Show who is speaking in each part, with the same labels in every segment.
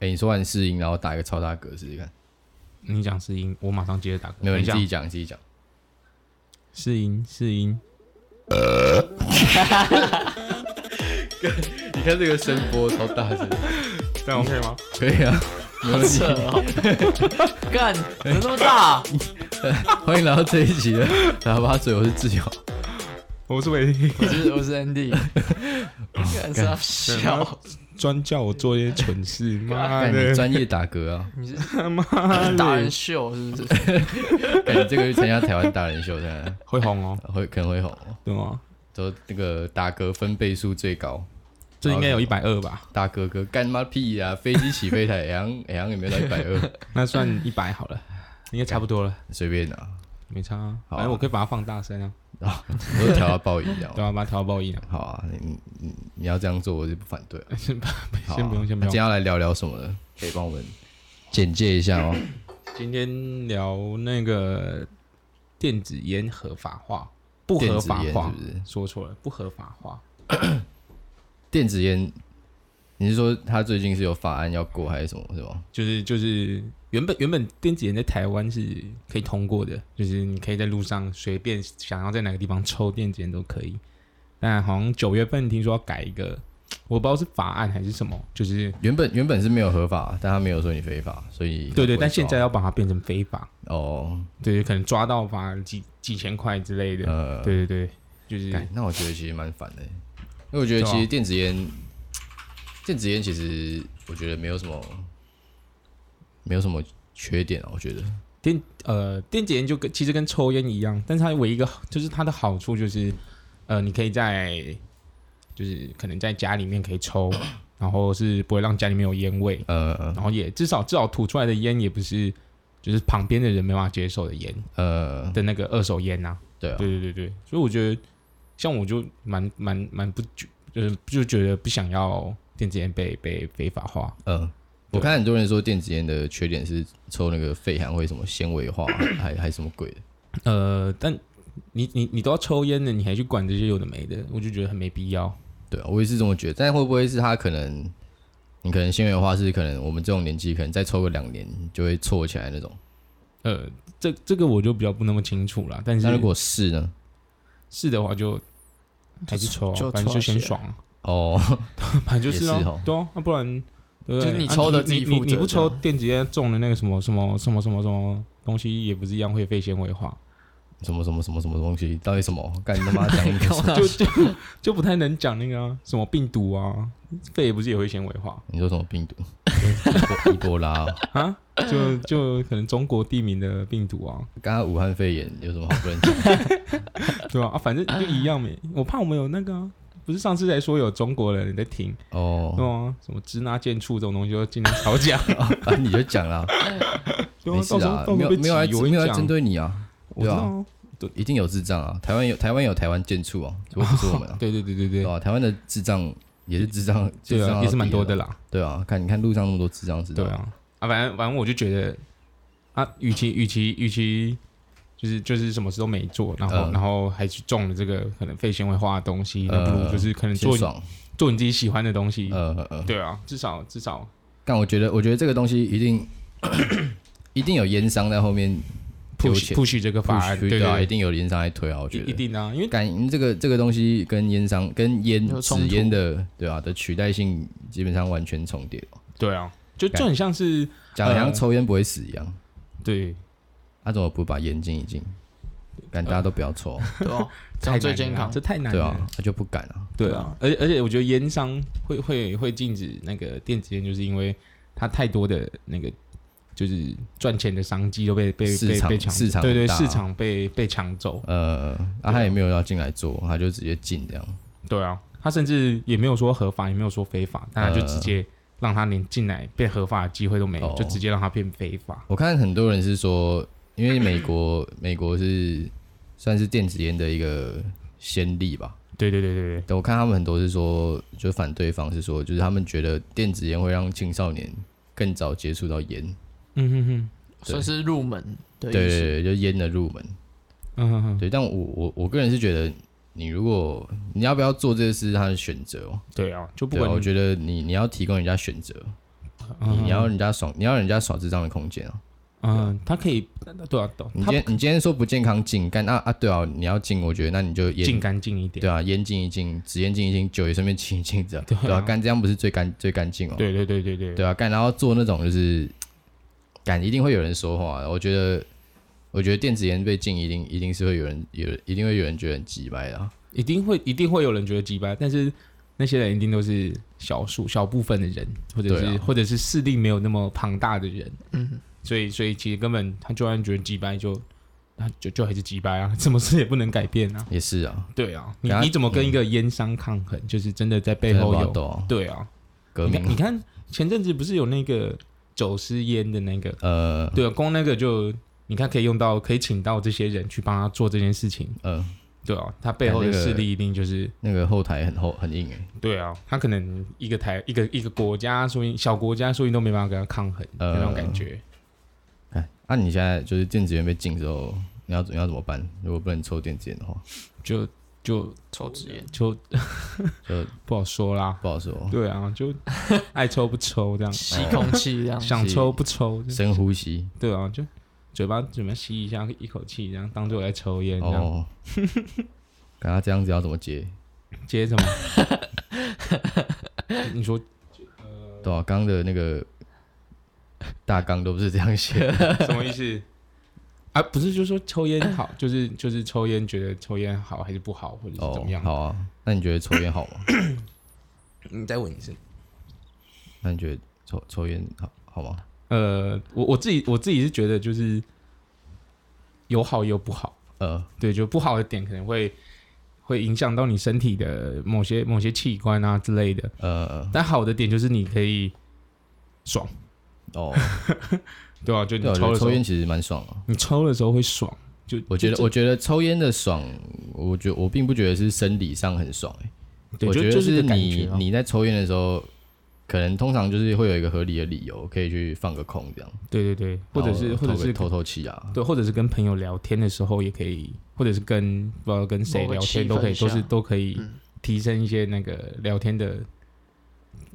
Speaker 1: 哎、你说完试音，然后打一个超大嗝试试看。
Speaker 2: 你讲试音，我马上接着打嗝。
Speaker 1: 没有，
Speaker 2: 等
Speaker 1: 你
Speaker 2: 一下
Speaker 1: 自己讲，你自己讲。
Speaker 2: 试音试音，
Speaker 1: 你看这个声波超大声，
Speaker 2: 这样 OK 吗？
Speaker 1: 可以啊，没问题
Speaker 3: 扯。哦， 干，怎么那么大、
Speaker 1: 欢迎来到这一集的喇叭嘴，我是志尧。
Speaker 2: 我是伟霆，
Speaker 3: 我是我是 Andy，干啥笑？
Speaker 2: 专叫我做一些蠢事，妈
Speaker 1: 干你
Speaker 2: 的，
Speaker 1: 专业打嗝啊！
Speaker 3: 你是
Speaker 2: 他妈
Speaker 3: 达
Speaker 2: 的
Speaker 3: 人，秀是不 是？
Speaker 1: 感觉这个去参加台湾大人秀，真的
Speaker 2: 会红哦，
Speaker 1: 会可能会红哦，
Speaker 2: 对吗？
Speaker 1: 都那个打嗝分贝数最高。
Speaker 2: 这应该有一百二吧？
Speaker 1: 大哥哥干妈屁呀、飞机起飞台，哎然后然后有没有到一百二？
Speaker 2: 那算
Speaker 1: 嗯
Speaker 2: 一百好了，应该差不多了，
Speaker 1: 随便拿，
Speaker 2: 没差啊。
Speaker 1: 好啊
Speaker 2: 反正我可以把它放大声啊，
Speaker 1: 我都调到爆音了
Speaker 2: 对。吧？把它调到爆音啊。
Speaker 1: 好啊，你你你要这样做，我就不反对了。
Speaker 2: 先不
Speaker 1: 好啊
Speaker 2: 先不用，先不
Speaker 1: 那今
Speaker 2: 用。
Speaker 1: 天要来聊聊什么呢？可以帮我们简介一下哦。
Speaker 2: 今天聊那个电子烟合法化，不
Speaker 1: 电
Speaker 2: 合
Speaker 1: 子
Speaker 2: 法
Speaker 1: 烟是
Speaker 2: 化
Speaker 1: 不是，
Speaker 2: 说错了，不合法化。
Speaker 1: 电子烟，你是说他最近是有法案要过还是什么？是吗？
Speaker 2: 就是就是原本原本电子烟在台湾是可以通过的，就是你可以在路上随便想要在哪个地方抽电子烟都可以。但好像九月份听说要改一个，我不知道是法案还是什么，就是
Speaker 1: 原本原本是没有合法，但他没有说你非法，所以
Speaker 2: 对对，
Speaker 1: 不会
Speaker 2: 但现
Speaker 1: 抓
Speaker 2: 在要把它变成非法，
Speaker 1: 哦，
Speaker 2: 对，可能抓到罚几几千块之类的。
Speaker 1: 呃，
Speaker 2: 对对对，就是
Speaker 1: 干那我觉得其实蛮烦的，因为我觉得
Speaker 2: 对啊
Speaker 1: 其实电子烟，电子烟其实我觉得没有什么，没有什么缺点啊，我觉得
Speaker 2: 电呃电子烟就跟其实跟抽烟一样，但是它唯一一个就是它的好处就是，呃，你可以在就是可能在家里面可以抽，然后是不会让家里面有烟味，
Speaker 1: 呃
Speaker 2: 然后也至少至少吐出来的烟也不是就是旁边的人没办法接受的烟
Speaker 1: 呃，
Speaker 2: 的那个二手烟呐、
Speaker 1: 对啊，
Speaker 2: 对对对对，所以我觉得像我就蛮蛮蛮不觉就是就觉得不想要电子烟被被非法化，
Speaker 1: 嗯，我看很多人说电子烟的缺点是抽那个肺含会什么纤维化， 还还什么鬼的。
Speaker 2: 呃，但你你你都要抽烟了，你还去管这些有的没的，我就觉得很没必要。
Speaker 1: 对啊，我也是这么觉得。但会不会是他可能，你可能纤维化是可能我们这种年纪，可能再抽个两年就会错起来那种。
Speaker 2: 呃，这这个我就比较不那么清楚了，但是
Speaker 1: 那如果是呢？
Speaker 2: 是的话就还是抽啊，
Speaker 3: 就
Speaker 2: 反正
Speaker 3: 抽
Speaker 2: 就
Speaker 3: 啊
Speaker 2: 先
Speaker 3: 是啊
Speaker 2: 爽啊，
Speaker 1: 哦，
Speaker 2: 反正就是
Speaker 1: 也
Speaker 2: 啊
Speaker 1: 是哦，
Speaker 2: 对啊，那不然对不
Speaker 3: 就
Speaker 2: 对
Speaker 3: 是你
Speaker 2: 啊
Speaker 3: 抽的自
Speaker 2: 你
Speaker 3: 己
Speaker 2: 你
Speaker 3: 负
Speaker 2: 你
Speaker 3: 责
Speaker 2: 不抽
Speaker 3: 这样
Speaker 2: 电子烟中的那个什么什么什么什么什么东西，也不是一样会被纤维 化，
Speaker 1: 什么什么什么什么东西？到底什么？干你他妈讲
Speaker 3: 干嘛
Speaker 2: 就就就不太能讲那个啊，什么病毒啊，肺也不是也会纤维化
Speaker 1: 你说什么病毒？ 伊波拉哦？
Speaker 2: 啊，就就可能中国地名的病毒啊，
Speaker 1: 刚刚武汉肺炎有什么好不能讲？
Speaker 2: 对吧、啊？反正就一样没，我怕我们有那个啊、不是上次才说有中国人在听，对
Speaker 1: 哦，
Speaker 2: 啊，什么支那剑触这种东西就尽量少讲，
Speaker 1: 啊，你就讲啦，
Speaker 2: 对啊
Speaker 1: 没事
Speaker 2: 到时候
Speaker 1: 啊
Speaker 2: 到，时
Speaker 1: 没有
Speaker 2: 候被
Speaker 1: 没有来
Speaker 2: 挤我跟
Speaker 1: 没有
Speaker 2: 你
Speaker 1: 来
Speaker 2: 讲
Speaker 1: 针对你啊，
Speaker 2: 我知道啊，
Speaker 1: 一定有智障啊！台湾有台湾有台湾建筑啊，只不过不是我们 啊，
Speaker 2: 对对对对
Speaker 1: 对
Speaker 2: 对，
Speaker 1: 吧？台湾的智障也是智障，智
Speaker 2: 对
Speaker 1: 障
Speaker 2: 啊，
Speaker 1: 到
Speaker 2: 也是蛮
Speaker 1: 底
Speaker 2: 多的啦，
Speaker 1: 对啊，看你看路上那么多智障，智
Speaker 2: 对
Speaker 1: 障，
Speaker 2: 啊，啊，反正反正我就觉得啊，与其与其与其就是就是什么事都没做，然后、
Speaker 1: 嗯
Speaker 2: 然后还去中了这个可能肺纤维化的东西，那不如
Speaker 1: 呃
Speaker 2: 就是可能
Speaker 1: 最
Speaker 2: 做你
Speaker 1: 爽。
Speaker 2: 做你自己喜欢的东西，
Speaker 1: 呃呃呃，
Speaker 2: 对啊，至少至少
Speaker 1: 但我觉得，我觉得这个东西一定 一定有烟商在后面丢
Speaker 2: push
Speaker 1: 钱
Speaker 2: push 这个法案，
Speaker 1: push，
Speaker 2: 对
Speaker 1: 啊，一
Speaker 2: 对，
Speaker 1: 定有烟商在推啊，我
Speaker 2: 一
Speaker 1: 觉得。
Speaker 2: 一定啊，因为
Speaker 1: 感这个这个东西跟烟商跟烟
Speaker 3: 有
Speaker 1: 纸
Speaker 3: 冲突
Speaker 1: 烟的对啊的取代性基本上完全重叠哦，
Speaker 2: 对啊，就
Speaker 1: 干
Speaker 2: 就很像是
Speaker 1: 讲得好像
Speaker 2: 呃
Speaker 1: 抽烟不会死一样，
Speaker 2: 对
Speaker 1: 他怎么不把烟禁一禁？敢大家都不要抽，
Speaker 3: 对吧？这
Speaker 2: 太
Speaker 3: 样最
Speaker 2: 难了
Speaker 3: 健
Speaker 2: 啦
Speaker 3: 康。
Speaker 2: 这太难
Speaker 1: 对啊
Speaker 2: 了，，
Speaker 1: 他就不敢啊。
Speaker 2: 对啊，而且而且我觉得烟商会会会禁止那个电子烟，就是因为它太多的那个就是赚钱的商机都被被
Speaker 1: 市
Speaker 2: 被
Speaker 1: 场
Speaker 2: 被抢走，
Speaker 1: 市场
Speaker 2: 对对
Speaker 1: 很大啊
Speaker 2: 市场被被抢走，
Speaker 1: 呃，啊，他也没有要进来做，他就直接禁这样。
Speaker 2: 对啊，他甚至也没有说合法，也没有说非法，但他就直接让他连进来变合法的机会都没有，
Speaker 1: 呃哦
Speaker 2: 就直接让他变非法。
Speaker 1: 我看很多人是说，因为美国美国是算是电子烟的一个先例吧。
Speaker 2: 对对对对对，
Speaker 1: 但我看他们很多是说，就反对方是说，就是他们觉得电子烟会让青少年更早接触到烟，
Speaker 2: 嗯哼哼，
Speaker 1: 对
Speaker 3: 算是入门
Speaker 1: 对
Speaker 3: 的意
Speaker 1: 对
Speaker 3: 思。
Speaker 1: 对，就是烟的入门。
Speaker 2: 嗯哼哼，
Speaker 1: 对，但我我我个人是觉得，你如果你要不要做这个是他的选择哦，
Speaker 2: 对啊，就不
Speaker 1: 对啊，
Speaker 2: 管
Speaker 1: 我
Speaker 2: 你
Speaker 1: 觉得你你要提供人家选择，你要人家爽，你要人家耍智障的空间啊！
Speaker 2: 嗯，他可以对啊，懂
Speaker 1: 你
Speaker 2: 他
Speaker 1: 今天你今天说不健康禁干啊啊，对啊，你要禁，我觉得那你就
Speaker 2: 进
Speaker 1: 烟
Speaker 2: 干净一点
Speaker 1: 对。啊，烟禁一禁，纸烟禁一禁，酒也顺便禁一禁，这样
Speaker 2: 对
Speaker 1: 对
Speaker 2: 啊
Speaker 1: 啊，干这样不是最干最干净哦？
Speaker 2: 对对对对对
Speaker 1: 对啊，干然后做那种就是，干一定会有人说话，啊我觉得。我觉得电子烟被禁，一定一定是会有人有人一定会有人觉得很鸡掰的啊、
Speaker 2: 一定会一定会有人觉得鸡巴，但是那些人一定都是少数小部分的人，或者是、
Speaker 1: 对啊
Speaker 2: 或者是势力没有那么庞大的人，
Speaker 3: 嗯，
Speaker 2: 所以所以其实根本他就算觉得鸡掰就。他就就还是鸡掰啊，什 么事也不能改变啊。
Speaker 1: 也是啊，
Speaker 2: 对啊，你
Speaker 1: 给他
Speaker 2: 你怎么跟一个烟商抗衡？就是真的在背
Speaker 1: 真的
Speaker 2: 后
Speaker 1: 不好
Speaker 2: 有
Speaker 1: 斗啊
Speaker 2: 对啊。
Speaker 1: 革
Speaker 2: 你
Speaker 1: 命
Speaker 2: 看，你看前阵子不是有那个走私烟的那个？
Speaker 1: 呃
Speaker 2: 对啊，光那个就你看可以用到，可以请到这些人去帮他做这件事情。
Speaker 1: 呃，
Speaker 2: 对啊，他背后
Speaker 1: 看
Speaker 2: 的
Speaker 1: 那个
Speaker 2: 势力一定就是
Speaker 1: 那个后台很厚很硬哎、
Speaker 2: 对啊，他可能一个台一个一个国家，说明小国家，说明都没办法跟他抗衡、
Speaker 1: 呃
Speaker 2: 那种感觉。
Speaker 1: 哎，那、你现在就是电子烟被禁之后，你要你要怎么办？如果不能抽电子烟的话，
Speaker 2: 就就
Speaker 3: 抽纸烟，
Speaker 2: 就
Speaker 1: 就 哦
Speaker 2: 不好说啦。
Speaker 1: 不好说。
Speaker 2: 对啊， 就爱抽不抽这样，
Speaker 3: 吸空气这样，
Speaker 2: 想抽不抽，就
Speaker 1: 深呼吸
Speaker 2: 对啊，就嘴巴准备吸一下一口气，这样当做我在抽烟这样。
Speaker 1: 哦， 刚刚这样子要怎么接？
Speaker 2: 接 什么？你说
Speaker 1: 对啊，刚刚的那个大纲都不是这样写的。
Speaker 2: 什么意思？啊，不是，就说抽烟好，就是就是抽烟，觉得抽烟好还是不好，或者是怎
Speaker 1: 哦
Speaker 2: 么，样？
Speaker 1: 好啊，那你觉得抽烟好吗？
Speaker 2: 你嗯再问一次。
Speaker 1: 那你觉得抽抽烟好好吗？
Speaker 2: 呃，我我自己我自己是觉得就是有好也有不好，
Speaker 1: 呃，
Speaker 2: 对，就不好的点可能会会影响到你身体的某些某些器官啊之类的，
Speaker 1: 呃，
Speaker 2: 但好的点就是你可以爽，
Speaker 1: 哦，
Speaker 2: 对啊，就 你
Speaker 1: 对啊，我觉得
Speaker 2: 抽的时候
Speaker 1: 抽，烟其实蛮爽啊。
Speaker 2: 你抽的时候会爽，就
Speaker 1: 我觉得，
Speaker 2: 就
Speaker 1: 我觉得抽烟的爽，我觉我并不觉得是生理上很爽、欸，
Speaker 2: 对
Speaker 1: 我
Speaker 2: 就
Speaker 1: 觉得
Speaker 2: 就
Speaker 1: 就是
Speaker 2: 是个感
Speaker 1: 你
Speaker 2: 觉啊
Speaker 1: 你在抽烟的时候，可能通常就是会有一个合理的理由可以去放个空这样，
Speaker 2: 对对对，或者是
Speaker 1: 然后
Speaker 2: 或者
Speaker 1: 透个
Speaker 2: 是
Speaker 1: 透透气啊，
Speaker 2: 对，或者是跟朋友聊天的时候也可以，或者是跟不知道跟谁
Speaker 3: 某个
Speaker 2: 聊
Speaker 3: 气
Speaker 2: 天都可以，
Speaker 3: 氛
Speaker 2: 都是
Speaker 3: 下
Speaker 2: 都可以
Speaker 3: 嗯
Speaker 2: 提升一些那个聊天的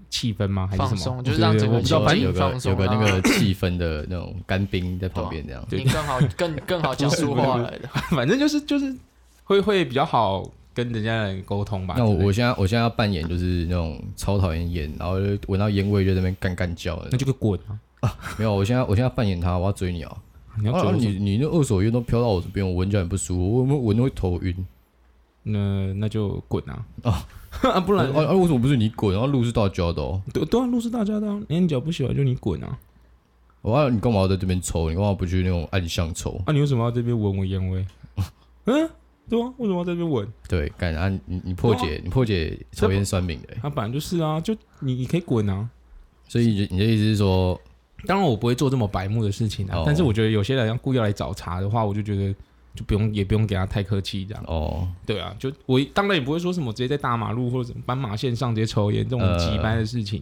Speaker 2: 气氛吗？还是什
Speaker 3: 放
Speaker 2: 么？
Speaker 3: 松，就是
Speaker 2: 对
Speaker 3: 让
Speaker 2: 对
Speaker 3: 整
Speaker 2: 我
Speaker 3: 个
Speaker 2: 不知道，
Speaker 3: 情
Speaker 2: 反正啊
Speaker 3: 境
Speaker 1: 有
Speaker 3: 放
Speaker 1: 个有
Speaker 3: 松
Speaker 1: 个
Speaker 3: 啦，
Speaker 1: 那个气氛的那种干冰在旁边这样，
Speaker 2: 对
Speaker 3: 你更好更更好讲出话来的，
Speaker 2: 反正就是就是会会比较好跟人家人沟通吧。
Speaker 1: 那我
Speaker 2: 之类的
Speaker 1: 我现在我现在要扮演就是那种超讨厌烟，然后就闻到烟味就在那边干干叫的
Speaker 2: 那，就个滚啊！
Speaker 1: 没有，我现在我现在扮演他，我要追你哦、
Speaker 2: 你
Speaker 1: 啊，
Speaker 2: 要
Speaker 1: 啊
Speaker 2: 追
Speaker 1: 你
Speaker 2: 我，
Speaker 1: 你那二手烟都飘到我这边，我闻起来很不舒服，我我闻会头晕。
Speaker 2: 那那就滚啊！
Speaker 1: 哦
Speaker 2: 啊，不
Speaker 1: 不
Speaker 2: 然
Speaker 1: 啊啊，为什么不是你滚？然后路是到交的哦。
Speaker 2: 对对啊，路是大家的啊，连你脚不喜欢就你滚啊！
Speaker 1: 我要你干嘛要在这边抽？你干嘛不去那种暗巷抽？
Speaker 2: 啊，你为什么要这边闻我烟味？ 嗯，对啊，为什么要在这边闻？
Speaker 1: 对，干啊！你你破
Speaker 2: 哦
Speaker 1: 解、你破解抽烟酸敏的、欸
Speaker 2: 他本来就是啊，就你你可以滚啊！
Speaker 1: 所以你你的意思是说，
Speaker 2: 当然我不会做这么白目的事情啊，
Speaker 1: 哦
Speaker 2: 但是我觉得有些人要故意要来找茬的话，我就觉得就不用也不用给他太客气这样。
Speaker 1: 哦，
Speaker 2: 对啊，就我当然也不会说什么直接在大马路或者什么斑马线上直接抽烟这种
Speaker 1: 呃
Speaker 2: 急掰的事情，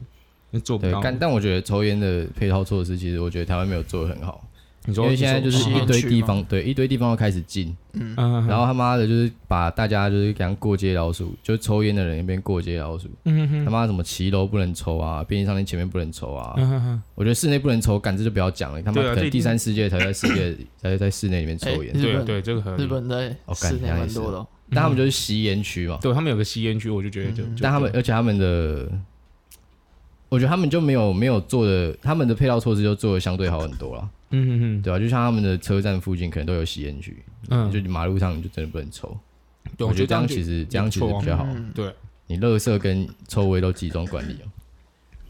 Speaker 2: 那做不
Speaker 1: 对，
Speaker 2: 到。
Speaker 1: 干，但我觉得抽烟的配套措施，其实我觉得台湾没有做的很好，
Speaker 2: 你
Speaker 1: 因
Speaker 2: 说
Speaker 1: 为现在就是
Speaker 3: 吸
Speaker 1: 一
Speaker 3: 烟
Speaker 1: 堆
Speaker 3: 区
Speaker 1: 地
Speaker 3: 吗
Speaker 1: 方，对，一堆地方都开始禁，
Speaker 3: 嗯，
Speaker 2: 嗯，
Speaker 1: 然后他妈的就是把大家就是给他过街老鼠，就是抽烟的人那边过街老鼠，
Speaker 2: 嗯哼
Speaker 1: 他妈什么骑楼不能抽啊，便利商店前面不能抽啊，
Speaker 2: 嗯哼哼
Speaker 1: 我觉得室内不能抽，干这就不要讲了，他妈
Speaker 2: 对啊
Speaker 1: 可
Speaker 2: 这
Speaker 1: 能
Speaker 2: 一定
Speaker 1: 第三世界才在世界才在室内里面抽烟，
Speaker 3: 哎日
Speaker 2: 对啊
Speaker 3: 本
Speaker 2: 对，这个合理
Speaker 3: 日。本在
Speaker 1: 哦干
Speaker 3: 室内蛮多的哦，
Speaker 1: 但他们就是吸烟区嘛，
Speaker 2: 嗯对他们有个吸烟区，我就觉得就，就
Speaker 1: 但他们而且他们的，我觉得他们就没有没有做的，他们的配套措施就做的相对好很多了，
Speaker 2: 嗯哼哼，
Speaker 1: 对啊吧、就像他们的车站附近可能都有吸烟区，
Speaker 2: 嗯，
Speaker 1: 就马路上你就真的不能抽。
Speaker 2: 对
Speaker 1: 我觉得这样
Speaker 2: 就
Speaker 1: 其实这样其实
Speaker 2: 也不
Speaker 1: 比
Speaker 2: 错啊
Speaker 1: 较好，
Speaker 3: 嗯，
Speaker 2: 对，
Speaker 1: 你垃圾跟臭味都集中管理哦、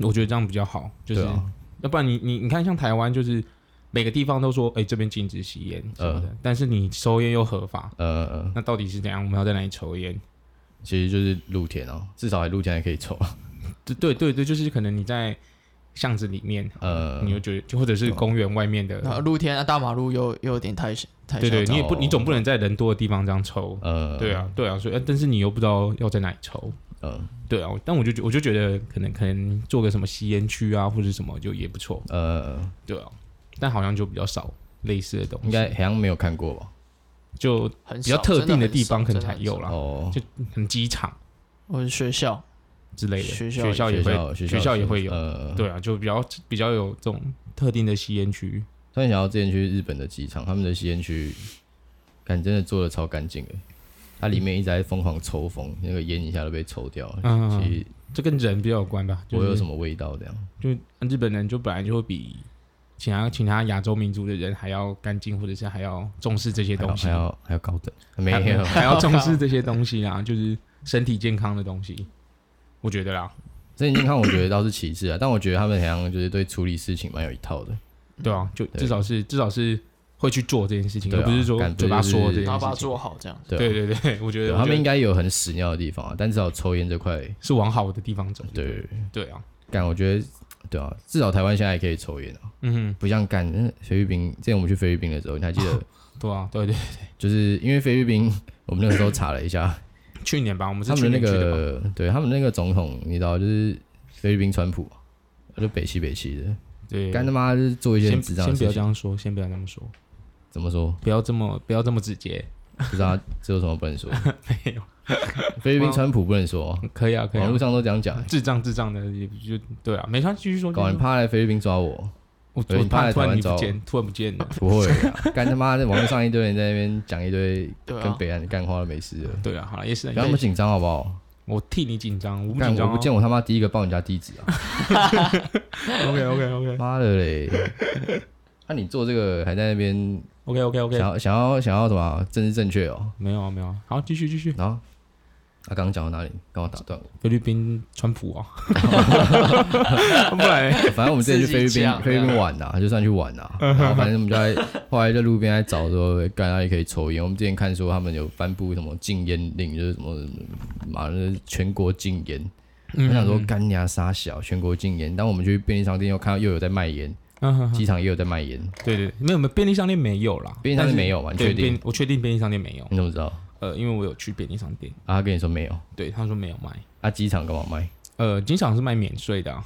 Speaker 2: 我觉得这样比较好，就是
Speaker 1: 对啊，
Speaker 2: 要不然你你你看，像台湾就是每个地方都说，哎、这边禁止吸烟什么的，但是你抽烟又合法，
Speaker 1: 呃，
Speaker 2: 那到底是怎样？我们要在哪里抽烟？
Speaker 1: 其实就是露天哦、至少还露天还可以抽。
Speaker 2: 对对对对，就是可能你在巷子里面，
Speaker 1: 呃
Speaker 3: 嗯
Speaker 2: 你，就觉得，就或者是公园外面的，
Speaker 3: 然后露天啊大马路又又有点太太
Speaker 2: 对对，
Speaker 3: 嚣张
Speaker 2: 你也不
Speaker 1: 哦
Speaker 2: 你总不能在人多的地方这样抽，
Speaker 3: 嗯
Speaker 1: 呃，
Speaker 2: 对啊对啊，所以呃但是你又不知道要在哪里抽。
Speaker 1: 呃，
Speaker 2: 对啊，但我就觉我就觉得可能可能做个什么吸烟区啊，或者什么就也不错，
Speaker 1: 呃呃，
Speaker 2: 对啊，但好像就比较少类似的东西，
Speaker 1: 应该好像没有看过吧？
Speaker 2: 就
Speaker 3: 很
Speaker 2: 比较
Speaker 3: 少
Speaker 2: 特
Speaker 3: 真的
Speaker 2: 定的
Speaker 3: 很
Speaker 2: 地
Speaker 3: 少哦
Speaker 2: 方可能
Speaker 3: 真的
Speaker 2: 才
Speaker 3: 很
Speaker 2: 有
Speaker 3: 少
Speaker 2: 啦，
Speaker 1: 哦，
Speaker 2: 很机场，
Speaker 3: 或者学校
Speaker 2: 之类的，
Speaker 3: 学
Speaker 2: 学
Speaker 3: 校嗯
Speaker 2: 校也
Speaker 1: 学
Speaker 2: 会，
Speaker 1: 校
Speaker 2: 学校也会有
Speaker 1: 呃，
Speaker 2: 对啊，就比较比较有这种特定的吸烟区，
Speaker 1: 突然想到之前去日本的机场，他们的吸烟区，感真的做的超干净的，它里面一直在疯狂抽风，那个烟一下都被抽掉了。
Speaker 2: 嗯
Speaker 1: 其实
Speaker 2: 这跟人比较有关吧？就
Speaker 1: 不会有什
Speaker 2: 么？
Speaker 1: 么味道这样。
Speaker 2: 就嗯日本人就本来就会比其他其他亚洲民族的人还要干净，或者是还要重视这些
Speaker 1: 还要
Speaker 2: 东西
Speaker 1: 还，要还要高等，没有
Speaker 2: 还要重视这些东西啦，就是身体健康的东西，我觉得啦，
Speaker 1: 身体健康，我觉得倒是其次啊，但我觉得他们好像就是对处理事情蛮有一套的。
Speaker 2: 对啊，就
Speaker 1: 对
Speaker 2: 至少是至少是会去做这件事情，
Speaker 1: 对啊
Speaker 2: 而不是说
Speaker 1: 感觉
Speaker 2: 嘴巴说这
Speaker 1: 就是
Speaker 2: 件
Speaker 1: 然
Speaker 3: 然后把它
Speaker 2: 事情。
Speaker 3: 做好这样。
Speaker 1: 对啊
Speaker 2: 对对对，我觉
Speaker 1: 对
Speaker 2: 得
Speaker 1: 他们应
Speaker 2: 该
Speaker 1: 该有很屎尿的地方啊，但至少抽烟这块，
Speaker 2: 是往好的地方走。
Speaker 1: 对，
Speaker 2: 对啊，
Speaker 1: 干我觉得对啊，至少台湾现在还可以抽烟啊，
Speaker 2: 嗯
Speaker 1: 不像干那菲律宾。之前我们去菲律宾的时候，你还记 得？
Speaker 2: 哼，对啊，对对，
Speaker 1: 就是因为菲律宾，我们那个时候查了一下，
Speaker 2: 去年吧，我们是
Speaker 1: 他
Speaker 2: 去
Speaker 1: 们那
Speaker 2: 年去的吧，
Speaker 1: 个对他们那个总统，你知道，就是菲律宾川普嘛，就北西北西的，
Speaker 2: 对，
Speaker 1: 干他妈就是做一些
Speaker 2: 先
Speaker 1: 很智障
Speaker 2: 先
Speaker 1: 的
Speaker 2: 不要
Speaker 1: 事
Speaker 2: 这
Speaker 1: 情。
Speaker 2: 样说，先不要这么说，
Speaker 1: 怎么说？
Speaker 2: 不要这么不要这么直接，
Speaker 1: 不知道这有什么不能说？
Speaker 2: 没有，
Speaker 1: 菲律宾川普不能说啊，
Speaker 2: 可以啊，可以
Speaker 1: 网
Speaker 2: 啊
Speaker 1: 络，上都这样讲欸。
Speaker 2: 智障智障的也就对啊，没事，继续说，继
Speaker 1: 搞，
Speaker 2: 续
Speaker 1: 你
Speaker 2: 说
Speaker 1: 怕来菲律宾抓我？
Speaker 2: 我
Speaker 1: 有
Speaker 2: 我
Speaker 1: 人怕
Speaker 2: 怕
Speaker 1: 来
Speaker 2: 突
Speaker 1: 台
Speaker 2: 然
Speaker 1: 湾
Speaker 2: 你
Speaker 1: 找
Speaker 2: 不
Speaker 1: 我
Speaker 2: 见，突然不见了，
Speaker 1: 不会啊， 干他妈在网络上一堆人在那边讲一堆
Speaker 3: 对
Speaker 1: 跟
Speaker 3: 啊，
Speaker 1: 北岸干话都没事的，
Speaker 2: 对啊，好了，也是啊，
Speaker 1: 不要那么紧张好不好？
Speaker 2: 我替你紧张，我不
Speaker 1: 干
Speaker 2: 紧
Speaker 1: 我
Speaker 2: 张啊
Speaker 1: 不见我他妈第一个报你家地址 啊！
Speaker 2: ，OK OK OK
Speaker 1: 妈的 嘞！那你做这个还在那边
Speaker 2: OK OK
Speaker 1: 想
Speaker 2: OK，
Speaker 1: 要想要想要什么啊政治正确哦？
Speaker 2: 没有啊没有啊，好，继续继续，
Speaker 1: 然后他刚刚讲到哪里？刚我打断我。
Speaker 2: 菲律宾川普啊， 不然嘞
Speaker 1: 反正我们之前去菲律
Speaker 3: 自己
Speaker 1: 宾
Speaker 3: 讲啊
Speaker 1: 菲律宾玩呐、啊就算去玩呐、
Speaker 2: 嗯
Speaker 1: 然后反正我们就在后来在路边在找说，干哪里可以抽烟。我们之前看说他们有颁布什么禁烟令，就是什么马就是全国禁烟。我想
Speaker 2: 嗯
Speaker 1: 说，干牙傻小，全国禁烟。但我们去便利商店又看到又有在卖烟，
Speaker 2: 嗯哼哼
Speaker 1: 机场也有在卖烟。
Speaker 2: 对对，没有没有便利商店没有啦，
Speaker 1: 便利商店没
Speaker 2: 有，
Speaker 1: 有嘛？你确
Speaker 2: 对，
Speaker 1: 定
Speaker 2: 便？我确定便利商店没有，
Speaker 1: 你怎么知道？
Speaker 2: 呃，因为我有去便利商店，
Speaker 1: 啊，他跟你说没有，
Speaker 2: 对，他说没有卖，
Speaker 1: 啊，机场干嘛卖？
Speaker 2: 呃，经常是卖免税的啊，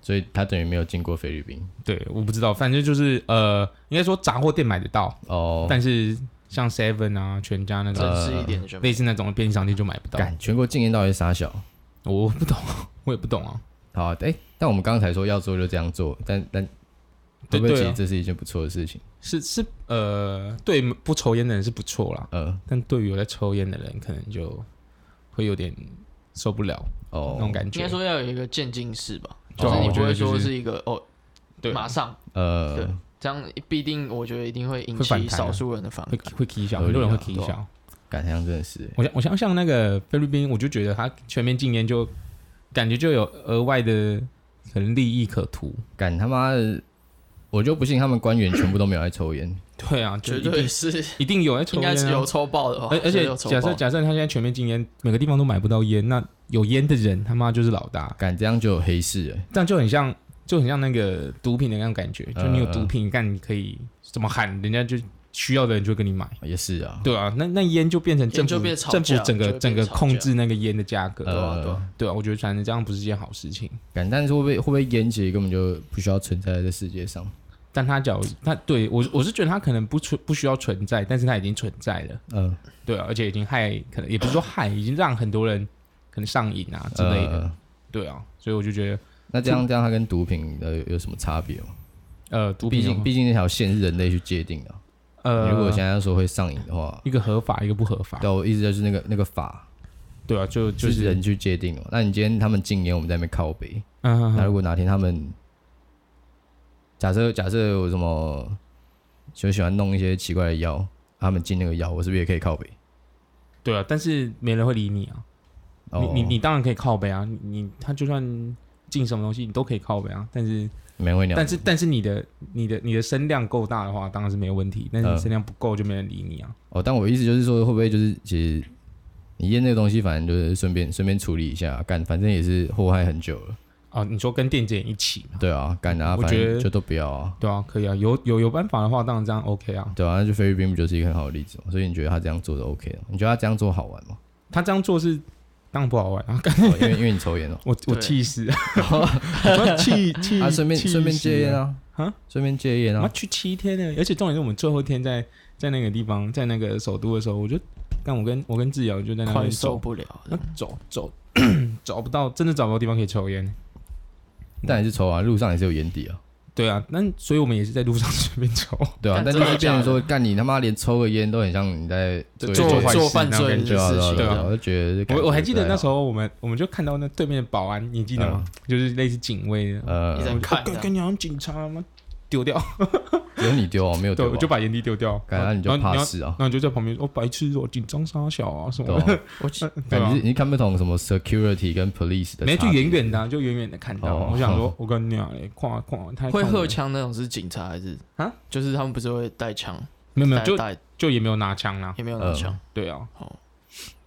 Speaker 1: 所以他等于没有经过菲律宾
Speaker 2: 对，我不知道，反正就是呃，应该说杂货店买得到，
Speaker 1: 哦。
Speaker 2: 但是像 Seven 啊、全家那种、
Speaker 3: 真实一点的就没
Speaker 2: 类似那种的便利商店就买不到。
Speaker 1: 干全国禁烟到底是傻小？
Speaker 2: 我不懂， 我也不懂啊。
Speaker 1: 好，哎、但我们刚才说要做就这样做，但但会
Speaker 2: 对
Speaker 1: 不会其
Speaker 2: 对
Speaker 1: 实
Speaker 2: 啊，
Speaker 1: 这是一件不错的事情？
Speaker 2: 是是呃，对不抽烟的人是不错啦，
Speaker 1: 呃，
Speaker 2: 但对于有在抽烟的人，可能就会有点受不了、那种
Speaker 1: 哦，
Speaker 2: 感
Speaker 3: 应
Speaker 2: 觉
Speaker 3: 该。说要有一个渐进式吧，
Speaker 2: 对
Speaker 3: 就
Speaker 2: 啊
Speaker 3: 是你
Speaker 2: 我
Speaker 3: 不
Speaker 2: 觉得
Speaker 3: 会
Speaker 2: 就
Speaker 3: 说
Speaker 2: 是
Speaker 3: 是一个哦，
Speaker 2: 对啊，
Speaker 3: 马上对
Speaker 1: 呃，
Speaker 3: 这样，必定我觉得一定会引
Speaker 2: 会反
Speaker 3: 起
Speaker 2: 弹啊
Speaker 3: 少数人的反
Speaker 2: 会
Speaker 3: 感。
Speaker 2: 会踢笑，
Speaker 1: 合理啊
Speaker 2: 很多人会踢
Speaker 1: 对
Speaker 2: 笑。
Speaker 1: 感好像真的是，
Speaker 2: 我想我想像那个菲律宾，我就觉得他全面禁烟就感觉就有额外的可能利益可图。
Speaker 1: 感他妈的，我就不信他们官员全部都没有在抽烟，
Speaker 2: 对啊，就
Speaker 3: 绝
Speaker 2: 一定
Speaker 3: 对是，
Speaker 2: 一定有在抽
Speaker 3: 应
Speaker 2: 烟、啊，
Speaker 3: 该是有抽爆的吧？
Speaker 2: 而而
Speaker 3: 绝对
Speaker 2: 且
Speaker 3: 有抽
Speaker 2: 假
Speaker 3: 爆
Speaker 2: 设假设他现在全面禁烟，每个地方都买不到烟，那有烟的人他妈就是老大，
Speaker 1: 感这样就有黑市了，
Speaker 2: 这样就很像就很像那个毒品的那种感觉，就你有
Speaker 1: 嗯嗯
Speaker 2: 毒品，干、你可以怎么喊，人家就需要的人就会跟你买，
Speaker 1: 也是啊，
Speaker 2: 对啊，那那烟就变成政
Speaker 3: 烟就
Speaker 2: 府
Speaker 3: 变吵架
Speaker 2: 政府整
Speaker 3: 就
Speaker 2: 个
Speaker 3: 会变
Speaker 2: 整个
Speaker 3: 吵架
Speaker 2: 控制那个烟的价格，
Speaker 3: 对啊对啊
Speaker 1: 呃，
Speaker 2: 对啊，我觉得反正这样不是件好事情，
Speaker 1: 感但是会不会会不会烟其实根本就不需要存在在这世界上？
Speaker 2: 但他讲他对我我是觉得他可能不存不需要存在，但是他已经存在了，
Speaker 3: 嗯
Speaker 1: 呃，
Speaker 2: 对啊，而且已经害可能也不是说害，已经让很多人可能上瘾啊之类
Speaker 3: 嗯
Speaker 2: 的，
Speaker 1: 呃
Speaker 2: 对啊，所以我就觉得。
Speaker 1: 那这样这样它跟毒品呃有有什么差别吗？
Speaker 2: 呃，毒
Speaker 1: 毕
Speaker 2: 品的
Speaker 1: 竟
Speaker 2: 话
Speaker 1: 毕竟那条线是人类去界定的啊，
Speaker 2: 呃，
Speaker 1: 如果现在要说会上瘾的话，
Speaker 2: 一个合法，一个不合法，
Speaker 1: 对，啊我意思就是那个那个法。
Speaker 2: 对啊，就
Speaker 1: 就
Speaker 2: 就是
Speaker 1: 人去界定哦。那你今天他们禁烟，我们在那边靠北。
Speaker 2: 嗯哼
Speaker 1: 那如
Speaker 2: 哼，
Speaker 1: 果哪天他们假设假设有什么就喜欢弄一些奇怪的药，他们禁那个药，我是不是也可以靠北？
Speaker 2: 对啊，但是没人会理你啊，
Speaker 1: 哦
Speaker 2: 你你你当然可以靠背啊，你你他就算进什么东西，你都可以靠背啊，但是
Speaker 1: 没人会鸟你，
Speaker 2: 但是但是你的你的你的声量够大的话，当然是没有问题，但是你
Speaker 1: 嗯
Speaker 2: 声量不够就没人理你啊，
Speaker 1: 哦，但我意思就是说，会不会就是其实你烟那个东西，反正就是顺便顺便处理一下，干反正也是祸害很久了，
Speaker 2: 啊，你说跟电检一起嘛，
Speaker 1: 对啊，干啊，
Speaker 2: 我
Speaker 1: 反
Speaker 2: 觉
Speaker 1: 正
Speaker 2: 得
Speaker 1: 就都不要啊，
Speaker 2: 对啊，可以啊，有有有办法的话，当然这样 OK 啊，
Speaker 1: 对啊，那就菲律宾不就是一个很好的例子嘛？所以你觉得他这样做的 OK 吗？你觉得他这样做好玩吗？
Speaker 2: 他这样做是当然不好玩啊，干
Speaker 1: 哦因为因为你抽烟哦，
Speaker 2: 我我
Speaker 3: 对
Speaker 2: 气死， 我气气，
Speaker 1: 啊，顺便
Speaker 2: 气
Speaker 1: 顺便
Speaker 2: 死
Speaker 1: 戒烟啊，
Speaker 2: 啊，
Speaker 1: 顺便戒烟
Speaker 2: 我
Speaker 1: 啊
Speaker 2: 们，去七天呢，而且重点是我们最后一天在在那个地方，在那个首都的时候，我就但我跟我跟挚友就在那
Speaker 3: 快
Speaker 2: 边
Speaker 3: 受
Speaker 2: 走，
Speaker 3: 不了了。
Speaker 2: 走走找不到，真的找不到地方可以抽烟。
Speaker 1: 但也是抽啊，路上也是有烟底啊，
Speaker 2: 对啊，那所以我们也是在路上随便抽，
Speaker 1: 对啊，
Speaker 3: 干
Speaker 1: 但就是
Speaker 3: 真的
Speaker 1: 变成
Speaker 3: 假的
Speaker 1: 说，干你他妈连抽个烟都很像你在
Speaker 2: 做
Speaker 1: 一
Speaker 3: 做
Speaker 1: 件
Speaker 2: 坏事
Speaker 3: 做犯罪的
Speaker 1: 对啊
Speaker 3: 事
Speaker 1: 对啊
Speaker 3: 情，
Speaker 1: 对
Speaker 2: 对
Speaker 1: 啊，
Speaker 2: 啊
Speaker 1: 我就觉得感觉不太好，
Speaker 2: 我我还记得那时候我们我们就看到那对面的保安，你记得吗？就是类似警卫的，
Speaker 1: 呃
Speaker 3: 一，直在看
Speaker 2: 跟
Speaker 3: 这样
Speaker 2: 跟你好像警察吗？丢掉，
Speaker 1: 只有你丢啊，没有
Speaker 2: 对，
Speaker 1: 丢
Speaker 2: 我
Speaker 1: 啊，
Speaker 2: 就把烟蒂丢掉，
Speaker 1: 感
Speaker 2: 然
Speaker 1: 觉
Speaker 2: 后
Speaker 1: 你就
Speaker 2: 然后
Speaker 1: 怕
Speaker 2: 要
Speaker 1: 死啊
Speaker 2: 然，后你就在旁边说哦：“白痴哦，紧张杀小啊什
Speaker 1: 对
Speaker 2: 么
Speaker 1: 啊
Speaker 2: 的，
Speaker 3: 我记
Speaker 2: 对
Speaker 1: 感
Speaker 2: 吧
Speaker 1: 觉？你看不懂什么 security 跟 police 的差
Speaker 2: 没
Speaker 1: 别，
Speaker 2: 就远远的啊，就远远的看到。
Speaker 1: 哦
Speaker 2: 我 想说，我跟你讲，哎，跨跨，他
Speaker 3: 会
Speaker 2: 喝
Speaker 3: 荷枪那种是警察还是
Speaker 2: 啊？
Speaker 3: 就是他们不是会带枪，
Speaker 2: 没有没有，
Speaker 3: 带
Speaker 2: 就
Speaker 3: 带
Speaker 2: 就也没有拿枪啦。
Speaker 3: 也没有拿
Speaker 1: 嗯
Speaker 3: 枪，
Speaker 2: 对啊
Speaker 3: 好，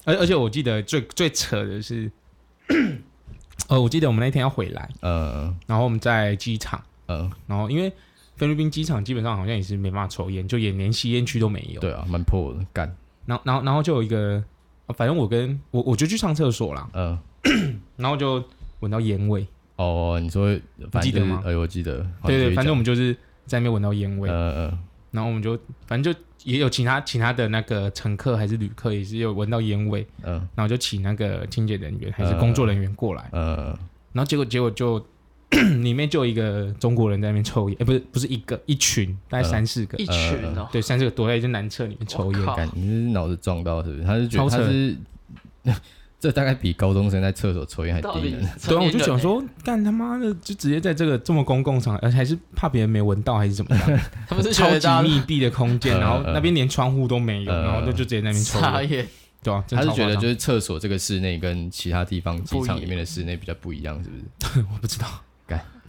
Speaker 2: 而而且我记得最最扯的是，呃，我记得我们那天要回来，
Speaker 1: 呃
Speaker 2: 然后我们在机场，
Speaker 1: 呃，
Speaker 2: 然后因为菲律宾机场基本上好像也是没办法抽烟，就也连吸烟区都没有。
Speaker 1: 对啊，蛮破的，干，
Speaker 2: 然后然后然后就有一个，呃反正我跟我我就去上厕所啦，
Speaker 1: 呃，
Speaker 2: 然后就闻到烟味。
Speaker 1: 哦，你说反
Speaker 2: 记
Speaker 1: 正就是
Speaker 2: 得吗，
Speaker 1: 哎，我记得，好
Speaker 2: 对
Speaker 1: 你继
Speaker 2: 对，
Speaker 1: 续
Speaker 2: 反
Speaker 1: 讲
Speaker 2: 正我们就是在那边闻到烟味，
Speaker 1: 呃呃，
Speaker 2: 然后我们就反正就也有其他其他的那个乘客还是旅客也是有闻到烟味，
Speaker 1: 嗯
Speaker 2: 然后就请那个清洁人员还是
Speaker 1: 呃
Speaker 2: 工作人员过来，
Speaker 1: 呃
Speaker 2: 然后结果结果就 里面就有一个中国人在那边抽烟，哎、不是不是一个一群，大概
Speaker 1: 呃
Speaker 2: 三四个，
Speaker 3: 一群哦，
Speaker 2: 对，三四个躲在一间男厕里面抽烟
Speaker 3: 我，靠
Speaker 1: 干，你是脑子撞到是不是？他是觉得
Speaker 2: 超
Speaker 1: 他
Speaker 2: 扯
Speaker 1: 是， 这大概比高中生在厕所抽烟还
Speaker 3: 到
Speaker 1: 低
Speaker 3: 底
Speaker 1: 能。
Speaker 2: 对啊，我就想，说，干他妈的，就直接在这个这么公共场合，而且还是怕别人没闻到还是怎么 样，
Speaker 3: 他们是觉
Speaker 2: 超
Speaker 3: 得
Speaker 2: 级
Speaker 3: 大家
Speaker 2: 密闭的空间，
Speaker 1: 呃
Speaker 2: 然后那边连窗户都没有，
Speaker 1: 呃
Speaker 2: 然后就就直接在那边 抽
Speaker 3: 傻
Speaker 2: 烟，
Speaker 3: 眼，
Speaker 2: 对啊，真
Speaker 1: 他是
Speaker 2: 的超
Speaker 1: 觉
Speaker 2: 夸
Speaker 1: 得
Speaker 2: 张
Speaker 1: 就是厕所这个室内跟其他地方机
Speaker 3: 不一
Speaker 1: 场
Speaker 3: 样
Speaker 1: 里面的室内比较不一样，是不是？
Speaker 2: 我不知道，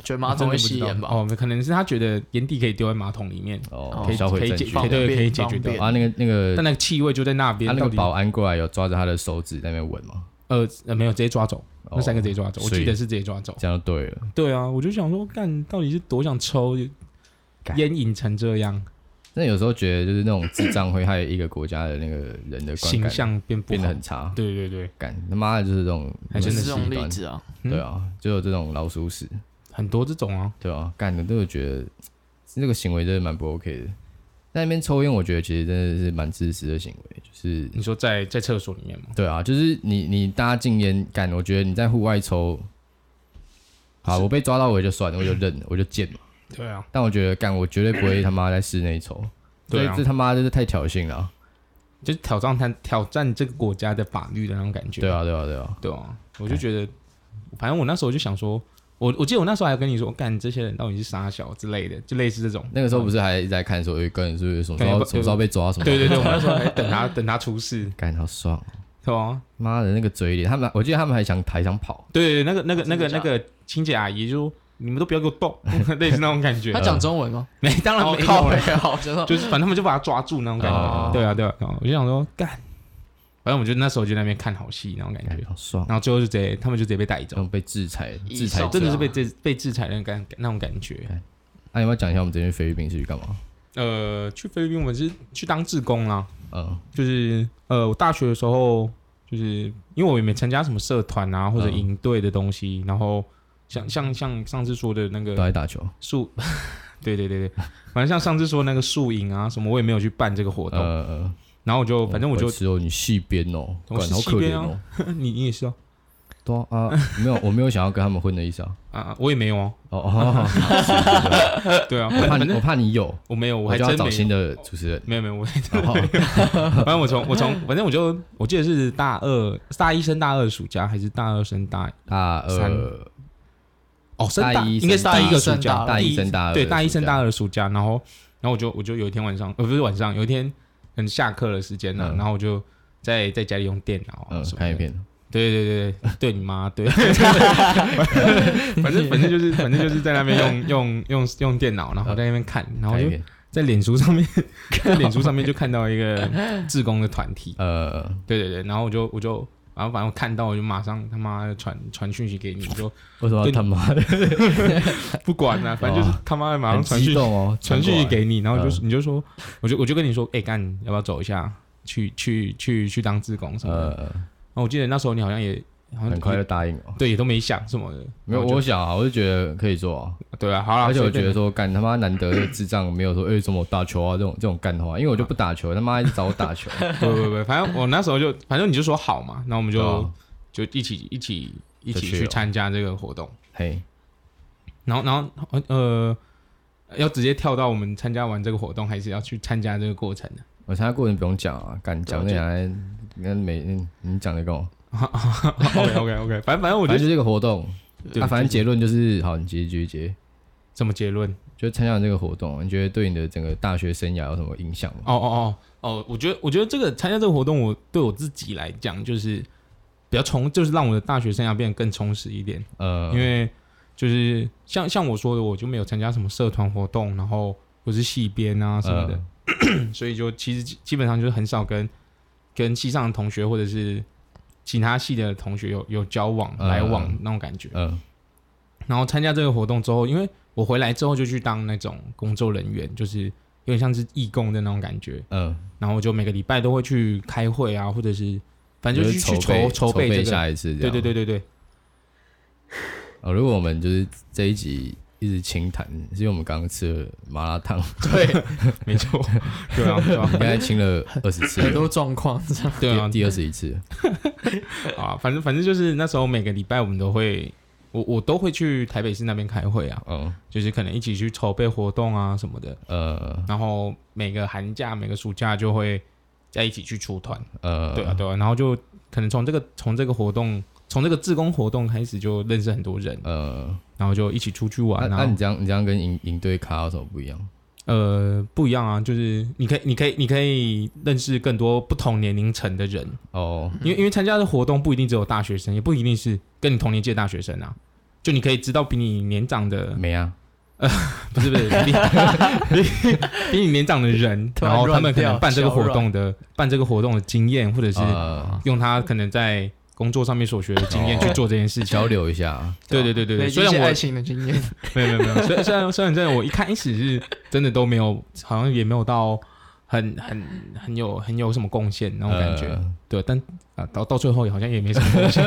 Speaker 3: 觉得马桶
Speaker 2: 我哦真的不
Speaker 3: 会吸
Speaker 2: 知道
Speaker 3: 烟吧？
Speaker 2: 哦，可能是他觉得烟蒂可以丢在马桶里面，
Speaker 1: 哦，
Speaker 2: 可以
Speaker 1: 销毁
Speaker 2: 可以
Speaker 1: 证
Speaker 2: 解
Speaker 1: 据
Speaker 2: 可以
Speaker 3: 方便
Speaker 2: 对可以解决
Speaker 3: 方
Speaker 2: 掉
Speaker 3: 便，
Speaker 1: 啊，那个那个，
Speaker 2: 但那个气味就在
Speaker 1: 他
Speaker 2: 那边，
Speaker 1: 啊那
Speaker 2: 到
Speaker 1: 个
Speaker 2: 底
Speaker 1: 保安过来有抓着他的手指在那边闻吗？
Speaker 2: 呃呃没有直接抓走，
Speaker 1: 哦
Speaker 2: 那三个直接抓走，我
Speaker 1: 所以
Speaker 2: 记得是直接抓走。
Speaker 1: 这样就对了，
Speaker 2: 对啊，我就想说，干到底是多想抽
Speaker 1: 干
Speaker 2: 烟瘾成这样，
Speaker 1: 那有时候觉得就是那种智障会害一个国家的那个人的观
Speaker 2: 形
Speaker 1: 感
Speaker 2: 象变不
Speaker 1: 变
Speaker 2: 好
Speaker 1: 得。很差，
Speaker 2: 对对对，
Speaker 1: 感他妈的就是这种，
Speaker 2: 还真的是
Speaker 3: 是这种例子啊，
Speaker 2: 嗯
Speaker 1: 对啊，就有这种老鼠屎，
Speaker 2: 很多这种啊，
Speaker 1: 对啊，干的都有觉得这个行为真的蛮不 OK 的。在那边抽烟，我觉得其实真的是蛮自私的行为，就是
Speaker 2: 你说在在厕所里面吗？
Speaker 1: 对啊，就是你你大家禁烟干，我觉得你在户外抽，好，我被抓到我也就算了，我就认了，我就贱嘛。
Speaker 2: 对啊，
Speaker 1: 但我觉得干，我绝对不会他妈在室内抽，所
Speaker 2: 对
Speaker 1: 以
Speaker 2: 啊
Speaker 1: 这他妈就是太挑衅了啊。
Speaker 2: 就是挑战他挑战这个国家的法律的那种感觉。
Speaker 1: 对，啊，对啊，对啊，
Speaker 2: 对啊，我就觉得，反正我那时候就想说，我我记得我那时候还跟你说，干这些人到底是傻小之类的，就类似这种。
Speaker 1: 那个时候不是还一直在看说有一个人是不是什么时
Speaker 2: 对
Speaker 1: 候
Speaker 2: 不
Speaker 1: 什么时候被抓什么？
Speaker 2: 对对对，我那时候还等他等他出事，
Speaker 1: 干好爽哦，
Speaker 2: 对吧？
Speaker 1: 妈的那个嘴脸，他们我记得他们还想还想跑，
Speaker 2: 对对，那个那个那
Speaker 3: 真的
Speaker 2: 个
Speaker 3: 假
Speaker 2: 那
Speaker 3: 的
Speaker 2: 个清洁阿姨就说你们都不要给我动， 类似那种感觉
Speaker 3: 他。讲中文吗？
Speaker 2: 没，当然
Speaker 3: 哦
Speaker 2: 没
Speaker 3: 靠
Speaker 2: 有
Speaker 3: 北
Speaker 2: 了，
Speaker 3: 啊，我觉得
Speaker 2: 就是反正他们就把他抓住那种感
Speaker 1: 哦
Speaker 2: 觉。对啊对啊，对啊我就想说干，反正我就那时候就在那边看好戏那种感
Speaker 1: 干
Speaker 2: 觉，
Speaker 1: 好爽，
Speaker 2: 然后最后就直接他们就直接被带
Speaker 1: 这
Speaker 2: 走。
Speaker 1: 种被制裁
Speaker 3: 以
Speaker 1: 制裁
Speaker 3: 上
Speaker 1: 者
Speaker 2: 真的是
Speaker 1: 啊
Speaker 2: 被制被制裁的感那种感觉。
Speaker 1: 那、你要不要讲一下我们这边菲律宾是去干嘛？
Speaker 2: 呃，去菲律宾我们是去当志工啦，
Speaker 1: 嗯
Speaker 2: 就是呃，我大学的时候，就是因为我也没参加什么社团啊或者
Speaker 1: 嗯
Speaker 2: 营队的东西，然后像像像上次说的那
Speaker 1: 都
Speaker 2: 个
Speaker 1: 啊在打球。
Speaker 2: 宿， 对对对对，反正像上次说那个宿营啊什么，我也没有去办这个活动，
Speaker 1: 呃，呃
Speaker 2: 然后我就反正我就
Speaker 1: 白痴哦，你戏编哦，
Speaker 2: 我
Speaker 1: 管
Speaker 2: 是
Speaker 1: 好
Speaker 2: 戏
Speaker 1: 可怜
Speaker 2: 编啊
Speaker 1: 哦。
Speaker 2: 你你也是哦
Speaker 1: 对啊啊，没有，我没有想要跟他们混的意思啊。
Speaker 2: 啊啊，我也没有哦，
Speaker 1: 哦 哦，
Speaker 2: 对啊，
Speaker 1: 我怕
Speaker 2: 反
Speaker 1: 你，
Speaker 2: 正
Speaker 1: 我怕你有，
Speaker 2: 我没有，
Speaker 1: 呃
Speaker 2: 我
Speaker 1: 我
Speaker 2: 还
Speaker 1: 就要
Speaker 2: 真
Speaker 1: 找
Speaker 2: 没
Speaker 1: 新
Speaker 2: 有。
Speaker 1: 的主持人。
Speaker 2: 没有没有，我
Speaker 1: 然 后
Speaker 2: 反正我从我从反正我就我记得是大二大一升大二暑假还是大二升大
Speaker 1: 大
Speaker 2: 三
Speaker 1: 二，
Speaker 2: 哦，升
Speaker 1: 大一
Speaker 2: 应该是大一个暑
Speaker 3: 升大
Speaker 2: 假，
Speaker 3: 二
Speaker 1: 大一
Speaker 2: 第
Speaker 1: 升大二，
Speaker 2: 对大一升大，二的暑假，然后然后我就我就有一天晚上，呃不是晚上，有一天嗯下课的时间了、
Speaker 1: 嗯
Speaker 2: 然后我就在在家里用电脑啊
Speaker 1: 嗯
Speaker 2: 什，么
Speaker 1: 看
Speaker 2: 的，
Speaker 1: 影片，
Speaker 2: 对对对对，对你妈 对，反正反正就是反正就是在那边用用用用电脑，然后在那边看，然后
Speaker 1: 嗯看影
Speaker 2: 就
Speaker 1: 片。
Speaker 2: 在脸书上面， 在脸书上面就看到一个志工的团体，
Speaker 1: 呃，
Speaker 2: 对对对，然后我就我就。然后反正我看到我就马上他妈的传传讯息给你，我就
Speaker 1: 为什么要
Speaker 2: 对
Speaker 1: 他妈的
Speaker 2: 不管了、反正就是他妈的马上
Speaker 1: 哦很
Speaker 2: 传讯
Speaker 1: 激
Speaker 2: 息
Speaker 1: 动哦？
Speaker 2: 传讯息给你，然后就、
Speaker 1: 嗯
Speaker 2: 你就说，我就我就跟你说，哎、干，要不要走一下，去去去去当志工什么的。
Speaker 1: 呃，
Speaker 2: 然后我记得那时候你好像也好
Speaker 1: 很
Speaker 2: 像
Speaker 1: 快就答应了。
Speaker 2: 对也都没想什么的，
Speaker 1: 没有，
Speaker 2: 然后
Speaker 1: 我想啊，我就觉得可以做啊，
Speaker 2: 就对啊，好了，
Speaker 1: 而且我
Speaker 2: 随便
Speaker 1: 觉得说，干他妈难得的智障没有说，哎，怎么打球啊这种这种干话，因为我就不打球，他妈一直找我打球，啊
Speaker 2: 不不不，反正我那时候就，反正你就说好嘛，那我们就、
Speaker 1: 对啊
Speaker 2: 就一起一起一
Speaker 1: 就
Speaker 2: 起
Speaker 1: 去哦
Speaker 2: 去
Speaker 1: 了
Speaker 2: 参加这个活动。
Speaker 1: 嘿，
Speaker 2: 然后然后呃，要直接跳到我们参加完这个活动，还是要去参加这个过程 的？
Speaker 1: 我参加过程不用讲啊，干讲那来，那每你讲的跟我，
Speaker 2: OK OK OK，反正反正我
Speaker 1: 反
Speaker 2: 觉
Speaker 1: 正
Speaker 2: 得
Speaker 1: 就是一个活动，
Speaker 2: 对
Speaker 1: 啊，反正结论就是，好，你结结结，
Speaker 2: 什么结论？
Speaker 1: 就参加完这个活动，啊你觉得对你的整个大学生涯有什么影响吗？
Speaker 2: 哦哦哦哦，我觉得我觉得这个参加这个活动，我对我自己来讲就是比较充，就是让我的大学生涯变得更充实一点。
Speaker 1: 呃，
Speaker 2: 因为就是像像我说的，我就没有参加什么社团活动，然后我是系编啊什么的，
Speaker 1: 嗯
Speaker 2: 嗯所以就其实基基本上就是很少跟跟系上的同学或者是其他系的同学有有交往
Speaker 1: 嗯
Speaker 2: 来往那种感觉。
Speaker 1: 嗯
Speaker 2: 然后参加这个活动之后，因为我回来之后就去当那种工作人员，就是有点像是义工的那种感觉。
Speaker 1: 嗯，
Speaker 2: 然后我就每个礼拜都会去开会啊，或者是反正就
Speaker 1: 就是
Speaker 2: 去去
Speaker 1: 筹备
Speaker 2: 筹备这个。
Speaker 1: 下一次，
Speaker 2: 对对。对对对，
Speaker 1: 哦，如果我们就是这一集一直清谈，是因为我们刚刚吃了麻辣 烫，
Speaker 2: 哦没 错，对啊，对啊
Speaker 1: 应，该清了二十次
Speaker 3: 很，多状况这样。
Speaker 2: 对啊
Speaker 1: 第，第二十一次，
Speaker 2: 啊，反正反正就是那时候每个礼拜我们都会，我我都会去台北市那边开会啊，
Speaker 1: 嗯
Speaker 2: 就是可能一起去筹备活动啊什么的，
Speaker 1: 呃
Speaker 2: 然后每个寒假每个暑假就会在一起去出团，
Speaker 1: 呃，
Speaker 2: 对啊对啊，然后就可能从这个从这个活动从这个志工活动开始就认识很多人，
Speaker 1: 呃，
Speaker 2: 然后就一起出去
Speaker 1: 那
Speaker 2: 玩
Speaker 1: 那你
Speaker 2: 啊，
Speaker 1: 这样你这样跟营营队咖有什么不一样？
Speaker 2: 呃，不一样啊，就是你可以你可以你可以认识更多不同年龄层的人，
Speaker 1: 哦，
Speaker 3: 嗯
Speaker 2: 因为因为参加的活动不一定只有大学生，也不一定是跟你同年届的大学生啊。就你可以知道比你年长的，
Speaker 1: 没啊，
Speaker 2: 不是不 是，比比比你年长的人，
Speaker 3: 突然
Speaker 2: 然后他们可能
Speaker 3: 乱掉
Speaker 2: 办这个
Speaker 3: 小哦
Speaker 2: 活
Speaker 3: 软
Speaker 2: 动的办这个活动的经验，或者是
Speaker 1: 呃
Speaker 2: 用他可能在工作上面所学的经验去做这件事情
Speaker 1: 交。流一下，啊
Speaker 2: 对对对对对，
Speaker 3: 哦累积
Speaker 2: 虽
Speaker 3: 一
Speaker 2: 然
Speaker 3: 些
Speaker 2: 我
Speaker 3: 爱情的经验，
Speaker 2: 没有没有没有，虽然虽然虽然真的我一开始是真的都没有，好像也没有到很很很有很有什么贡献那种感觉，
Speaker 1: 呃
Speaker 2: 对，但啊到到最后也好像也没什么 贡献。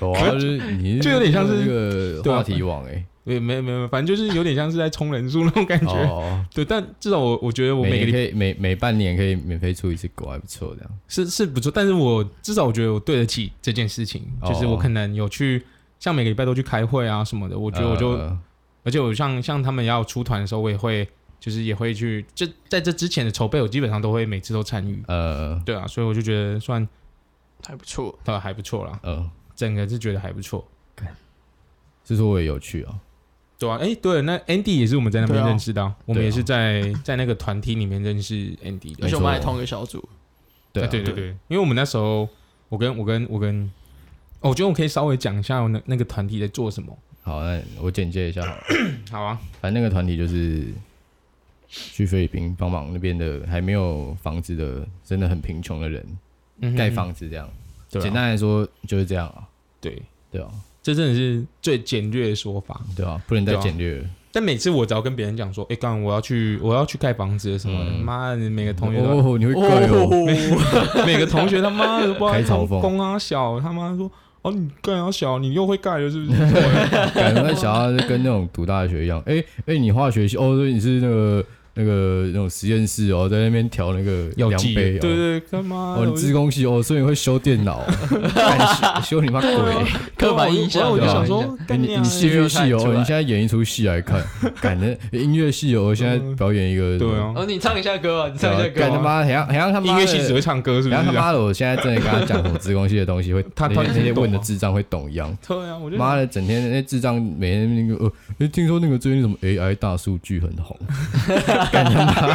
Speaker 1: 有啊，就是你
Speaker 2: 就有点像是
Speaker 1: 那个
Speaker 2: 对啊
Speaker 1: 话题网哎，
Speaker 2: 对，没没没，反正就是有点像是在冲人数那种感觉。
Speaker 1: 哦，
Speaker 2: 对，但至少我我觉得我
Speaker 1: 每
Speaker 2: 每个
Speaker 1: 年
Speaker 2: 礼
Speaker 1: 可以每每半年可以免费出一次狗，还不错，这样
Speaker 2: 是是不错，但是我至少我觉得我对得起这件事情，
Speaker 1: 哦
Speaker 2: 就是我可能有去像每个礼拜都去开会啊什么的，我
Speaker 1: 我
Speaker 2: 觉得我就、
Speaker 1: 呃
Speaker 2: 而且我像像他们要出团的时候，我也会就是也会去，就在这之前的筹备，我基本上都会每次都参与。
Speaker 1: 呃
Speaker 2: 对啊，所以我就觉得算
Speaker 3: 还不错。
Speaker 2: 呃还不错啦，
Speaker 1: 呃，
Speaker 2: 整个是觉得还不错。
Speaker 1: 是说我也有去啊，
Speaker 2: 对啊，哎，对，那 Andy 也是我们在那边
Speaker 3: 对啊
Speaker 2: 认识的啊、我们
Speaker 1: 对啊
Speaker 2: 也是在在那个团体里面认识 Andy 的
Speaker 3: 而。且我们还同一个小组，
Speaker 1: 对
Speaker 2: 啊
Speaker 1: 啊
Speaker 2: 对对
Speaker 3: 对
Speaker 2: 对，因为我们那时候，我跟我跟我跟、哦我觉得我可以稍微讲一下我那那个团体在做什么。
Speaker 1: 好，那我简介一下好了。
Speaker 2: 好啊，
Speaker 1: 反正那个团体就是去菲律宾帮忙那边的还没有房子的，真的很贫穷的人
Speaker 2: 嗯哼
Speaker 1: 盖、房子这样。
Speaker 2: 对啊
Speaker 1: 简单来说就是这样啊，
Speaker 2: 对，
Speaker 1: 对啊，
Speaker 2: 这真的是最简略的说法。
Speaker 1: 对啊，不能再
Speaker 2: 对啊
Speaker 1: 简略了。
Speaker 2: 但每次我只要跟别人讲说，哎、刚我要去我要去盖房子了什么的，
Speaker 1: 嗯
Speaker 2: 妈、的，每个同学都、
Speaker 1: 哦，你会贵哦，
Speaker 2: 每个同学他妈的不知道
Speaker 1: 开嘲讽
Speaker 2: 公啊小他妈说。哦，你盖啊小，你又会盖了 是不是？
Speaker 1: 感觉想要跟那种读大学一样。哎、哎、你化学系哦，所以你是那个那个那种实验室哦，在那边调那个
Speaker 2: 要
Speaker 1: 量
Speaker 2: 记，
Speaker 1: 杯
Speaker 2: 对
Speaker 1: 哦。
Speaker 2: 对，他妈
Speaker 1: 哦，
Speaker 2: 的，
Speaker 1: 你自工系哦，所以你会修电 脑、干修修你妈鬼！
Speaker 3: 刻板印象
Speaker 2: 我就
Speaker 1: 对啊
Speaker 2: 想
Speaker 3: 刻板
Speaker 2: 说
Speaker 3: 印，
Speaker 2: 啊干
Speaker 1: 你
Speaker 2: 娘
Speaker 1: 你戏剧系
Speaker 3: 看得出
Speaker 1: 哦，
Speaker 2: 啊
Speaker 3: 来
Speaker 1: 你现在演一出戏来看，感觉音乐系哦，现在表演一个
Speaker 2: 嗯对啊，
Speaker 3: 哦，你唱一下歌啊，你
Speaker 1: 对
Speaker 3: 唱
Speaker 1: 啊，
Speaker 3: 一下歌
Speaker 1: 干他
Speaker 3: 啊。
Speaker 1: 妈，好像好像他妈
Speaker 2: 音乐系只
Speaker 1: 的
Speaker 2: 会唱歌是不
Speaker 1: 好像
Speaker 2: 是
Speaker 1: 他
Speaker 2: 啊？
Speaker 1: 妈的，我现在真的跟他讲什么自工系的东西，会
Speaker 2: 他
Speaker 1: 那
Speaker 2: 他
Speaker 1: 些
Speaker 2: 听
Speaker 1: 那些
Speaker 2: 得懂
Speaker 1: 问的
Speaker 2: 吗
Speaker 1: 智障会懂一样。
Speaker 2: 对啊，我就
Speaker 1: 妈的，整天那些智障每天那个呃，诶听说那个最近什么 AI 大数据很 红，干他妈的，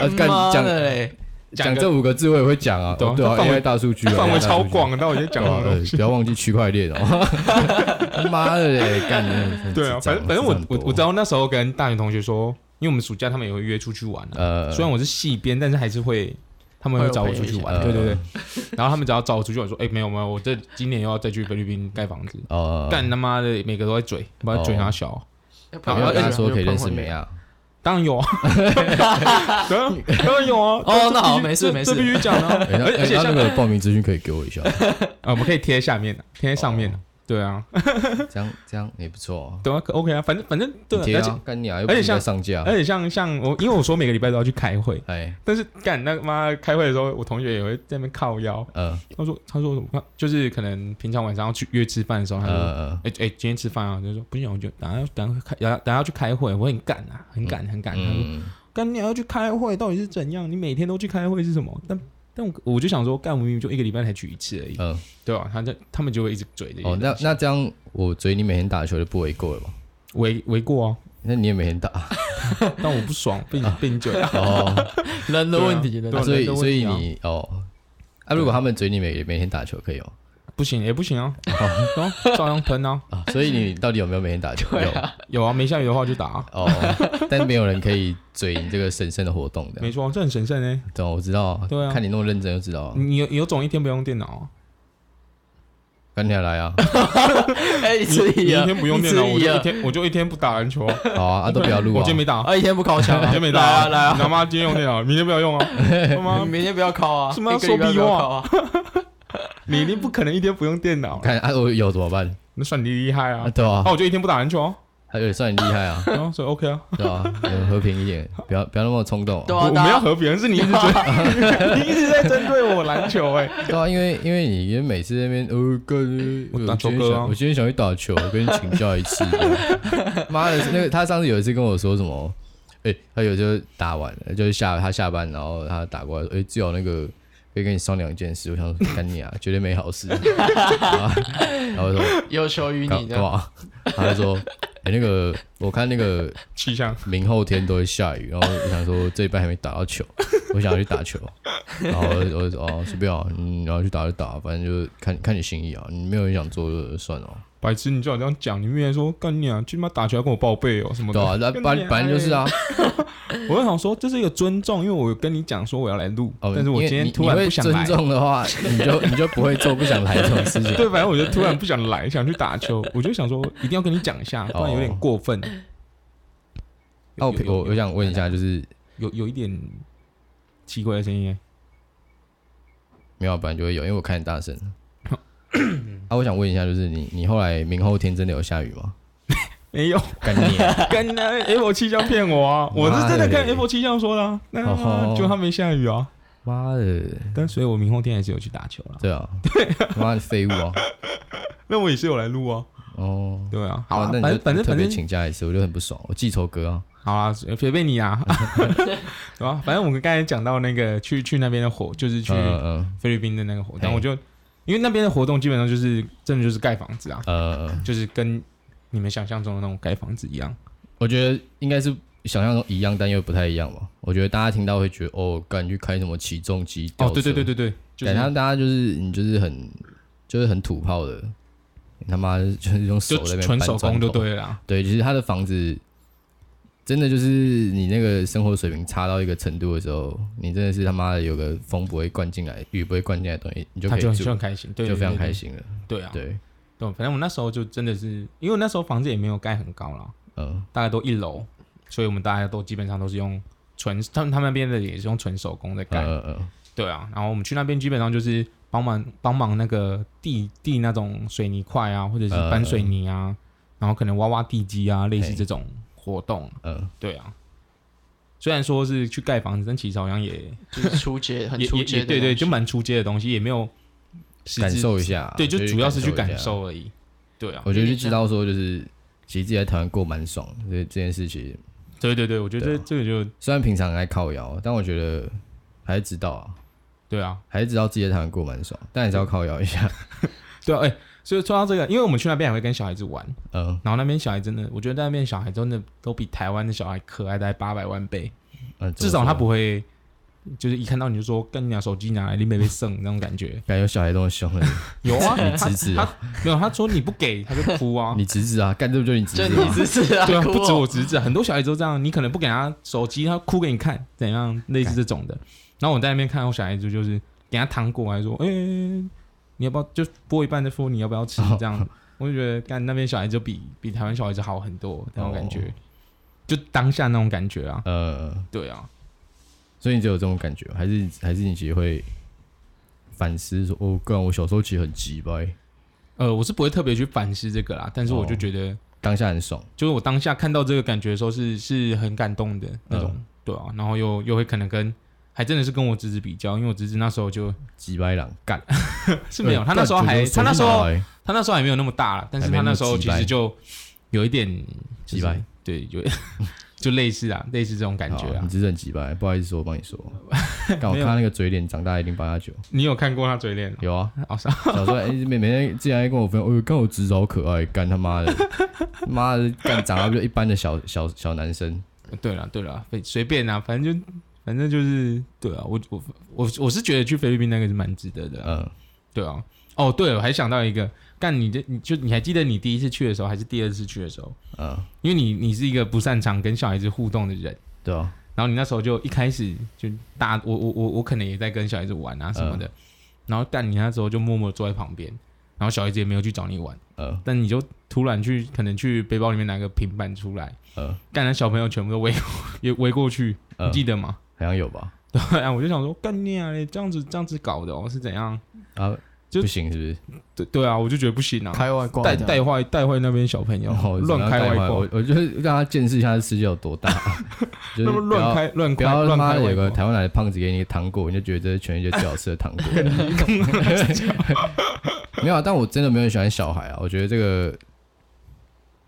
Speaker 1: 呃干
Speaker 3: 嗯妈
Speaker 1: 讲
Speaker 3: 的嘞，
Speaker 1: 讲这五个字我也会讲啊，
Speaker 2: 对啊
Speaker 1: 哦对啊
Speaker 2: 范围
Speaker 1: ，AI 大数据啊，
Speaker 2: 范
Speaker 1: AI
Speaker 2: 围
Speaker 1: 大
Speaker 2: 超
Speaker 1: 数据
Speaker 2: 广，但我就讲
Speaker 1: 对啊
Speaker 2: 了。
Speaker 1: 呃不要忘记区块链哦， 妈的嘞，干的
Speaker 2: 对啊，反正反正我我我知，道那时候跟大学同学说，因为我们暑假他们也会约出去玩啊。
Speaker 1: 呃，
Speaker 2: 虽然我是系编，但是还是会他们会找我出去玩。
Speaker 1: 会有
Speaker 2: 对
Speaker 1: 陪一下呃
Speaker 2: 对对。然后他们只要找我出去玩，说：“哎，没有没有，我这今年又要再去菲律宾盖房子。”
Speaker 1: 呃，
Speaker 3: 哦
Speaker 2: 干他妈的，每个都在嘴，不知道嘴哪小。
Speaker 3: 要不
Speaker 1: 然后
Speaker 3: 要
Speaker 1: 呃跟他
Speaker 3: 去
Speaker 1: 说可以认识
Speaker 2: 啊
Speaker 3: 就碰
Speaker 1: 梅
Speaker 3: 碰
Speaker 1: 亚，
Speaker 2: 当然有 啊，对啊，当然有啊。
Speaker 3: 哦那好
Speaker 2: 这必须这
Speaker 3: 没事 没
Speaker 2: 这
Speaker 3: 事
Speaker 2: 必须讲啊。
Speaker 1: 哎那
Speaker 2: 而
Speaker 1: 哎
Speaker 2: 而且
Speaker 1: 那
Speaker 2: 像
Speaker 1: 那个报名资讯可以给我一下，
Speaker 2: 啊，我们可以贴下面的，贴上面的，
Speaker 3: 哦
Speaker 2: 对啊，
Speaker 1: 这样这样也不错啊。
Speaker 2: 对啊可，OK 啊，反正反正对
Speaker 1: 你贴
Speaker 2: 啊，而且
Speaker 1: 啊，干你啊，又
Speaker 2: 而
Speaker 1: 不
Speaker 2: 且
Speaker 1: 是在
Speaker 2: 像
Speaker 1: 上架，
Speaker 2: 而且像像我，因为我说每个礼拜都要去开会，
Speaker 1: 哎，
Speaker 2: 但是干那妈开会的时候，我同学也会在那边靠腰，
Speaker 1: 呃
Speaker 2: 他说他说什么，就是可能平常晚上要去约吃饭的时候，
Speaker 1: 呃
Speaker 2: 他说。
Speaker 1: 呃，
Speaker 2: 哎哎、今天吃饭啊？就说不行，我就等下等下开，等下等下要去开会，我很赶啊，很赶很赶。他说
Speaker 1: 嗯，
Speaker 2: 干你还要去开会，到底是怎样？你每天都去开会是什么？但但我我就想说，干我明明就一个礼拜才去一次而已，
Speaker 1: 嗯，
Speaker 2: 对吧、他就他们就会一直嘴这些
Speaker 1: 哦，那那这样我追你每天打球就不为过了吧？
Speaker 2: 围围过啊，
Speaker 1: 那你也每天打，
Speaker 2: 但我不爽，被你被你嘴啊，
Speaker 1: 哦，
Speaker 3: 人的问题，
Speaker 2: 对
Speaker 3: 人的
Speaker 1: 啊
Speaker 2: 啊
Speaker 1: 所以
Speaker 2: 那个
Speaker 1: 所
Speaker 2: 问题
Speaker 1: 以
Speaker 2: 啊
Speaker 1: 你哦，啊，如果他们追你每每天打球可以哦，
Speaker 2: 不行也不行啊，对啊照样喷啊，
Speaker 1: 啊，所以你到底有没有每天打球？
Speaker 3: 对
Speaker 1: 有
Speaker 3: 啊
Speaker 2: 有啊，没下雨的话就打、啊，
Speaker 1: 哦， 但没有人可以追你这个神圣的活动的
Speaker 2: 没，错，这很神圣呢、
Speaker 1: 懂？我知道，
Speaker 2: 对啊
Speaker 1: 看你那么认真就知道啊，
Speaker 2: 你有有种一天不用电脑啊、
Speaker 1: 赶紧来啊，
Speaker 3: 哎，
Speaker 2: 你
Speaker 3: 你迟
Speaker 2: 你
Speaker 3: 疑
Speaker 2: 一
Speaker 3: 啊，
Speaker 2: 天不用
Speaker 3: 你
Speaker 2: 电
Speaker 3: 迟
Speaker 2: 脑，我
Speaker 3: 疑
Speaker 2: 就一
Speaker 3: 啊，
Speaker 2: 天我就一天不打篮球啊，
Speaker 1: 好啊，啊都不要录
Speaker 2: 我
Speaker 1: 啊
Speaker 2: 今天，没打啊、
Speaker 3: 啊，一天不靠 墙
Speaker 2: 我
Speaker 3: 啊，
Speaker 2: 今天没打、
Speaker 3: 来啊来
Speaker 2: 你
Speaker 3: 啊，
Speaker 2: 他妈今天用电脑，明天不要用啊！他妈，
Speaker 3: 明天不要靠 啊，
Speaker 2: 什么
Speaker 3: 一个礼
Speaker 2: 说
Speaker 3: 拜
Speaker 2: 逼
Speaker 3: 不要
Speaker 2: 我啊
Speaker 3: 靠啊，
Speaker 2: 你一定不可能一天不用电脑，
Speaker 1: 看啊我有怎么办？
Speaker 2: 那算你厉害
Speaker 1: 啊，
Speaker 2: 啊！
Speaker 1: 对啊
Speaker 2: 那，我就一天不打篮球啊，
Speaker 1: 还有算你厉害啊，
Speaker 2: 然后所以 OK 啊，
Speaker 1: 对啊，呃和平一点，不要不要那么冲动啊，
Speaker 3: 对
Speaker 2: 我
Speaker 3: 啊，
Speaker 2: 我
Speaker 3: 大
Speaker 2: 们要
Speaker 3: 家
Speaker 2: 和别人，是你一直 针，你一直在针对我篮球哎，
Speaker 1: 对啊，因为因为你每次在那边呃，跟
Speaker 2: 我打球
Speaker 1: 今天
Speaker 2: 哥啊
Speaker 1: 想我今天想去打球，我跟你请教一次。 妈的，那个他上次有一次跟我说什么？哎、他有就打完了，就是下他下班，然后他打过来说，哎、只有那个可以跟你商量一件事。我想说，干你 啊，绝对没好事。然后然后我说
Speaker 3: 有求于
Speaker 1: 干
Speaker 3: 你
Speaker 1: 干
Speaker 3: 的，
Speaker 1: 嘛？他就说，哎、那个我看那个
Speaker 2: 气象
Speaker 1: 明后天都会下雨，然后我想说这一半还没打到球， 我想要去打球，然后我就我就说哦随便啊，你然后去打就打，反正就是看看你心意啊，你没有人想做就算了啊，
Speaker 2: 白痴，你最好这样讲，你明天说干你啊，去他妈打球要跟我报备哦什么
Speaker 1: 对啊，
Speaker 2: 的，
Speaker 1: 那
Speaker 2: 干
Speaker 1: 反
Speaker 2: 你啊
Speaker 1: 反正就是啊，
Speaker 2: 我就想说这是一个尊重，因为我有跟你讲说我要来录，
Speaker 1: 哦，
Speaker 2: 但是我
Speaker 1: 因为
Speaker 2: 今天
Speaker 1: 你
Speaker 2: 突然
Speaker 1: 你
Speaker 2: 不
Speaker 1: 会
Speaker 2: 想来
Speaker 1: 尊，重的话，你就你就不会做不想来这种 事情，
Speaker 2: 对，反正我就突然不想来，想去打球，我就想说一定要跟你讲一下，不然有点过分。
Speaker 1: 那我哦我我想问一下，就是
Speaker 2: 有有一点奇怪的声音哎耶，
Speaker 1: 没有啊，本来就会有，因为我看你大声。
Speaker 2: 哦
Speaker 1: 啊，我想问一下，就是你你后来明后天真的有下雨吗？
Speaker 2: 没有。
Speaker 1: 干你 啊、
Speaker 2: 干那 Apple 七象骗哎我啊！我是真的跟 Apple 七象说的、啊，那
Speaker 1: 哦吼
Speaker 2: 就他没下雨啊。
Speaker 1: 妈的，
Speaker 2: 但所以我明后天还是有去打球啦。
Speaker 1: 对啊，妈的废物啊！
Speaker 2: 那我也是有来录啊。
Speaker 1: 哦，
Speaker 2: 对啊，好
Speaker 1: 啊
Speaker 2: 啊，
Speaker 1: 那你
Speaker 2: 反正
Speaker 1: 就
Speaker 2: 反正
Speaker 1: 特
Speaker 2: 反
Speaker 1: 别
Speaker 2: 正
Speaker 1: 请假一次，我就很不爽，我记仇哥啊，
Speaker 2: 好啊，随便 你啊。对啊，反正我们刚才讲到那个去去那边的活，就是去
Speaker 1: 嗯嗯
Speaker 2: 菲律宾的那个活动，
Speaker 1: 嘿
Speaker 2: 我就因为那边的活动基本上就是真的就是盖房子啊，
Speaker 1: 呃，嗯
Speaker 2: 就是跟你们想象中的那种盖房子一样。
Speaker 1: 我觉得应该是想象中一样，但又不太一样吧。我觉得大家听到会觉得哦，感觉开什么起重机
Speaker 2: 哦，对对对
Speaker 1: 对，
Speaker 2: 对对，就
Speaker 1: 感觉
Speaker 2: 是
Speaker 1: 大家就是你就是很就是很土炮的，你他妈就是用手
Speaker 2: 就
Speaker 1: 在那边
Speaker 2: 纯
Speaker 1: 搬
Speaker 2: 手
Speaker 1: 砖
Speaker 2: 工就
Speaker 1: 头
Speaker 2: 对了啊啦。
Speaker 1: 对，其实他的房子真的就是你那个生活水平差到一个程度的时候，你真的是他妈的有个风不会灌进来，雨不会灌进来的东西，你就
Speaker 2: 他
Speaker 1: 可
Speaker 2: 就
Speaker 1: 以
Speaker 2: 很就
Speaker 1: 住，
Speaker 2: 很开心，对，
Speaker 1: 就非常开
Speaker 2: 心。
Speaker 1: 心了。
Speaker 2: 对啊，
Speaker 1: 对，
Speaker 2: 对，反正我那时候就真的是，因为那时候房子也没有盖很高啦，
Speaker 1: 嗯
Speaker 2: 大概都一楼，所以我们大家都基本上都是用纯，他们他们那边的也是用纯手工在盖。
Speaker 1: 嗯嗯
Speaker 2: 对啊，然后我们去那边基本上就是帮忙帮忙那个地地那种水泥块啊，或者是搬水泥啊，然后可能挖挖地基啊，类似
Speaker 1: 呃嘿
Speaker 2: 这种活动。
Speaker 1: 嗯，
Speaker 2: 对啊，虽然说是去盖房子，但其实好像也
Speaker 3: 就是出街，很
Speaker 2: 也
Speaker 3: 出
Speaker 2: 也
Speaker 3: 街
Speaker 2: 也
Speaker 3: 的，
Speaker 2: 对对，就蛮出街的东西，也没有实
Speaker 1: 感
Speaker 2: 质
Speaker 1: 受一下，
Speaker 2: 对，就主要是去
Speaker 1: 一
Speaker 2: 感
Speaker 1: 下。
Speaker 2: 受而已。对啊，
Speaker 1: 我觉得就知道说，就是其实自己在台湾过蛮爽的，所以这件事情
Speaker 2: 对对对，啊我觉得这这个就
Speaker 1: 虽然平常很爱靠摇，但我觉得还是知道啊，
Speaker 2: 对啊，
Speaker 1: 还是知道自己在台湾过蛮爽，但还是要靠摇一下。
Speaker 2: 对啊，哎、所以说到这个，因为我们去那边还会跟小孩子玩，
Speaker 1: 嗯
Speaker 2: 然后那边小孩真的，我觉得在那边小孩真的都比台湾的小孩可爱大概八百万倍，
Speaker 1: 嗯，
Speaker 2: 至少他
Speaker 1: 不。
Speaker 2: 不会就是一看到你就说跟你俩手机拿来，你没被剩那种感觉。
Speaker 1: 感觉小孩都很凶了，
Speaker 2: 有啊，
Speaker 1: 你
Speaker 2: 他
Speaker 1: 侄子，
Speaker 2: 他 没有，他说你不给他就哭啊
Speaker 1: 你侄子啊，干这不就是你侄
Speaker 3: 就
Speaker 1: 子
Speaker 3: 你
Speaker 1: 吗？
Speaker 3: 只是啊，
Speaker 2: 对啊，
Speaker 3: 哭
Speaker 2: 不止
Speaker 3: 哦
Speaker 2: 我侄子，很多小孩子都这样，你可能不给他手机，他哭给你看，怎样类似这种的。然后我在那边看我小孩子，就是给他糖果，还说，哎、你要不要就剥一半再说你要不要吃
Speaker 1: 哦
Speaker 2: 这样。我就觉得干那边小孩子就比比台湾小孩子好很多那种感觉。就当下那种感觉啊。
Speaker 1: 呃，
Speaker 2: 对啊，
Speaker 1: 所以你只有这种感觉吗，还是还是你其实会反思说，哦，干，我小时候其实很急吧，
Speaker 2: 呃，我是不会特别去反思这个啦，但是我就
Speaker 1: 哦
Speaker 2: 觉得，
Speaker 1: 当下很爽，
Speaker 2: 就是我当下看到这个感觉的时候是，是很感动的那种，对啊，然后又又会可能跟。还真的是跟我侄子比较，因为我侄子那时候就
Speaker 1: 急白狼干，
Speaker 2: 是没有，
Speaker 1: 对
Speaker 2: 他那时候
Speaker 1: 干
Speaker 2: 还
Speaker 1: 我
Speaker 2: 他那时候
Speaker 1: 手机拿来欸
Speaker 2: 他那时候还没有那么大了，但是
Speaker 1: 还没
Speaker 2: 他
Speaker 1: 那么
Speaker 2: 那时候其
Speaker 1: 鸡
Speaker 2: 实
Speaker 1: 掰
Speaker 2: 就有一点
Speaker 1: 鸡掰，
Speaker 2: 就是对，有 就类似啊，类似这种感觉
Speaker 1: 好
Speaker 2: 啊
Speaker 1: 你。只是很急白，不好意思说，我帮你 说，干我
Speaker 2: 没有
Speaker 1: 看他那个嘴脸，长大一定八加 九，
Speaker 2: 你有看过他嘴 脸哦？
Speaker 1: 有啊，
Speaker 2: 哦，是
Speaker 1: 小时候哎，每每天之前还跟我分享，哦，看我侄子好可爱，干他妈的， 妈的，干长大不就一般的小小小男生，
Speaker 2: 对了对了，随随便啊，反正就反正就是对啊，我我我我是觉得去菲律宾那个是蛮值得的啊、
Speaker 1: 嗯，
Speaker 2: 对啊。哦，对了，我还想到一个，干你的，你就你还记得你第一次去的时候，还是第二次去的时候？
Speaker 1: 嗯，
Speaker 2: 因为你你是一个不擅长跟小孩子互动的人，
Speaker 1: 对啊，
Speaker 2: 然后你那时候就一开始就大，我我我我可能也在跟小孩子玩啊什么
Speaker 1: 嗯
Speaker 2: 的，然后但你那时候就默默坐在旁边，然后小孩子也没有去找你玩，
Speaker 1: 呃
Speaker 2: 但你就突然去可能去背包里面拿个平板出来，
Speaker 1: 呃
Speaker 2: 干那小朋友全部都围也围过去，你
Speaker 1: 呃，
Speaker 2: 记得吗？
Speaker 1: 好像有吧？
Speaker 2: 对啊，我就想说干你啊，这样子这样子搞的哦是怎样？
Speaker 1: 啊，
Speaker 2: 就
Speaker 1: 不行是不是？
Speaker 2: 对对啊，我就觉得不行啊，
Speaker 3: 开外挂
Speaker 2: 带
Speaker 3: 这样
Speaker 2: 带坏带坏那边小朋友
Speaker 1: 然后，
Speaker 2: 乱开外
Speaker 1: 哦我
Speaker 2: 挂，
Speaker 1: 我就是让他见识一下这世界有多 大，就是
Speaker 2: 那么
Speaker 1: 不要
Speaker 2: 乱。开乱
Speaker 1: 不
Speaker 2: 开
Speaker 1: 要他
Speaker 2: 乱
Speaker 1: 妈
Speaker 2: 开
Speaker 1: 的
Speaker 2: 外
Speaker 1: 有个
Speaker 2: 挂。
Speaker 1: 台湾来的胖子给你一个糖果，你就觉得这是全世界最好吃的糖 果。 没有啊，但我真的没有很喜欢小孩啊。我觉得这个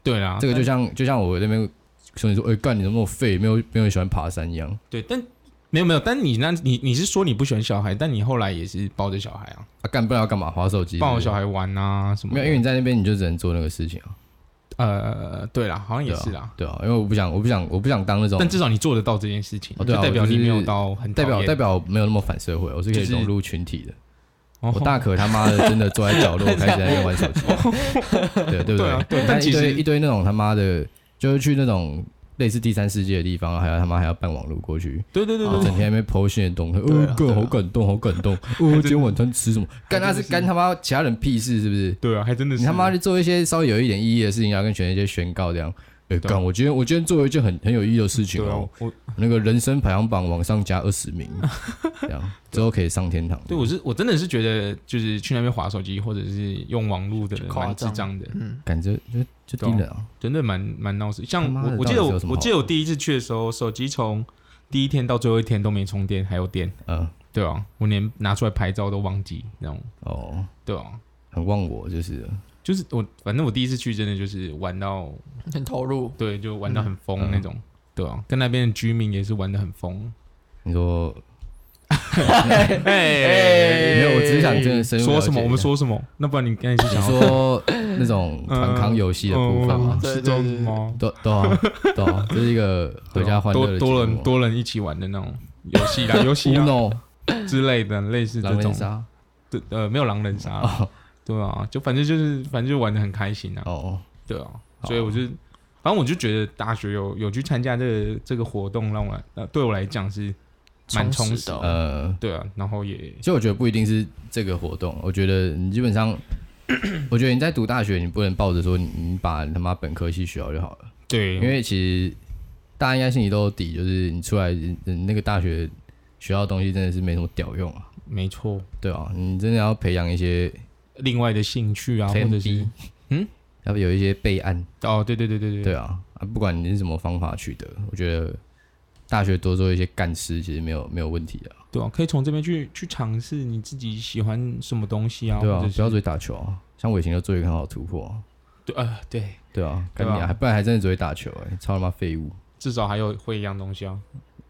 Speaker 2: 对啊啦，
Speaker 1: 这个就像就像我那边说你说，哎、干你怎么那么废，没有没有很喜欢爬山一样。
Speaker 2: 对，但没有没有，但你那你你是说你不喜欢小孩，但你后来也是抱着小孩啊，
Speaker 1: 啊，干不然要干嘛？划手机？
Speaker 2: 抱着小孩玩啊什么
Speaker 1: 没
Speaker 2: 的？
Speaker 1: 有，因为你在那边你就只能做那个事情啊。
Speaker 2: 呃，对啦，好像也
Speaker 1: 对啊
Speaker 2: 是啦，
Speaker 1: 对啊，因为我不想，我不想，我不想当那种
Speaker 2: 但至少你做得到这件事情，
Speaker 1: 哦对啊
Speaker 2: 就代表你
Speaker 1: 我
Speaker 2: 没有
Speaker 1: 就是
Speaker 2: 到很
Speaker 1: 代表代
Speaker 2: 表
Speaker 1: 表没有那么反社会，我是可以
Speaker 2: 就是
Speaker 1: 融入群体的。
Speaker 2: 哦
Speaker 1: 我大可他妈的真的坐在角落开始在那边玩手机，啊 对对不
Speaker 2: 对啊对但
Speaker 1: 但
Speaker 2: 其
Speaker 1: 一堆
Speaker 2: 实
Speaker 1: 一堆那种他妈的，就是去那种类似第三世界的地方，还要他妈还要办网络过去，
Speaker 2: 对对对
Speaker 1: 然后
Speaker 2: 对，
Speaker 1: 整天在那边剖线的动态，
Speaker 3: 对啊
Speaker 1: 哦，
Speaker 3: 对
Speaker 1: 哥
Speaker 3: 啊
Speaker 1: 好感动，好感 动，哦，今天晚餐吃什么？
Speaker 2: 啊
Speaker 1: 干他是干他妈其他人屁事是不是？
Speaker 2: 对啊，还真的是
Speaker 1: 你他妈就做一些稍微有一点意义的事情，然后跟全世界宣告这样。哎，
Speaker 2: 对啊
Speaker 1: 干！我今天我今天做了一件很很有意义的事情
Speaker 2: 对啊
Speaker 1: 哦，，
Speaker 2: 我
Speaker 1: 那个人生排行榜往上加二十名，这 样之后可以上天堂。
Speaker 2: 对我是我真的是觉得就是去那边划手机或者是用网络的
Speaker 3: 就夸张
Speaker 2: 蛮智障的，
Speaker 3: 嗯
Speaker 1: 感觉就就
Speaker 2: 对啊
Speaker 1: 低能啊，
Speaker 2: 真的蛮蛮闹事。
Speaker 1: 他
Speaker 2: 像
Speaker 1: 妈的
Speaker 2: 我我
Speaker 1: 到底
Speaker 2: 记得
Speaker 1: 是
Speaker 2: 我
Speaker 1: 有什么
Speaker 2: 我
Speaker 1: 好
Speaker 2: 记得我第一次去的时候，手机从第一天到最后一天都没充电，还有电，
Speaker 1: 嗯，
Speaker 2: 对啊，我连拿出来拍照都忘记那种，
Speaker 1: 哦，
Speaker 2: 对啊。
Speaker 1: 很忘我就是了，
Speaker 2: 就是我，反正我第一次去，真的就是玩到，
Speaker 3: 很投入，
Speaker 2: 对，就玩到很疯那种，
Speaker 1: 嗯
Speaker 2: 对啊，跟那边的居民也是玩的很疯。
Speaker 1: 你说
Speaker 2: 哎、
Speaker 1: 没有？我只是想真的深入
Speaker 2: 说
Speaker 1: 了
Speaker 2: 什么？
Speaker 1: 解
Speaker 2: 我们说什么？那不然你刚才
Speaker 1: 你
Speaker 2: 是想要
Speaker 1: 说那种团康游戏的部分
Speaker 2: 嗯
Speaker 1: 吗？
Speaker 2: 是
Speaker 3: 对对
Speaker 2: 这样子
Speaker 3: 对
Speaker 2: 吗？
Speaker 1: 都都啊都啊，这是一个
Speaker 2: 对
Speaker 1: 合
Speaker 2: 啊
Speaker 1: 家欢乐
Speaker 2: 多
Speaker 1: 的
Speaker 2: 多
Speaker 1: 节
Speaker 2: 人
Speaker 1: 目
Speaker 2: 多人一起玩的那种游 戏啦，游戏啊
Speaker 1: Uno
Speaker 2: 之类的，类似这
Speaker 1: 狼人
Speaker 2: 种，
Speaker 1: 杀
Speaker 2: 对，呃，没有狼人杀啦，
Speaker 1: 哦
Speaker 2: 对啊，就反正就是反正就玩的很开心啊，
Speaker 1: 哦，
Speaker 2: 对啊，
Speaker 1: 好
Speaker 2: 所以我就，反正我就觉得大学有有去参加这个这个活动，让我呃对我来讲是蛮充实
Speaker 3: 的哦，
Speaker 1: 呃，
Speaker 2: 对啊，然后也
Speaker 1: 其实我觉得不一定是这个活动，我觉得你基本上。 我觉得你在读大学，你不能抱着说你你把他妈本科系学好就好了。
Speaker 2: 对，
Speaker 1: 因为其实大家应该心里都有底，就是你出来你你那个大学学到的东西真的是没什么屌用啊，
Speaker 2: 没错，
Speaker 1: 对啊，你真的要培养一些
Speaker 2: 另外的兴趣啊，或
Speaker 1: Plan
Speaker 2: 者
Speaker 1: B，
Speaker 2: 是嗯，
Speaker 1: 要有一些备案，
Speaker 2: 哦，对对对对对
Speaker 1: 对啊，啊不管你是什么方法取得，我觉得大学多做一些干事其实没有没有问题的啊，
Speaker 2: 对啊，可以从这边去去尝试你自己喜欢什么东西啊，
Speaker 1: 对啊，
Speaker 2: 或者
Speaker 1: 不要只会
Speaker 2: 是
Speaker 1: 打球啊，像我以前就做一个很好的突破、啊，
Speaker 2: 对呃对，
Speaker 1: 对啊，
Speaker 2: 对
Speaker 1: 干
Speaker 2: 啊
Speaker 1: 你啊，还不然还真的只会打球哎、超他妈废物，
Speaker 2: 至少还有会一样东西啊，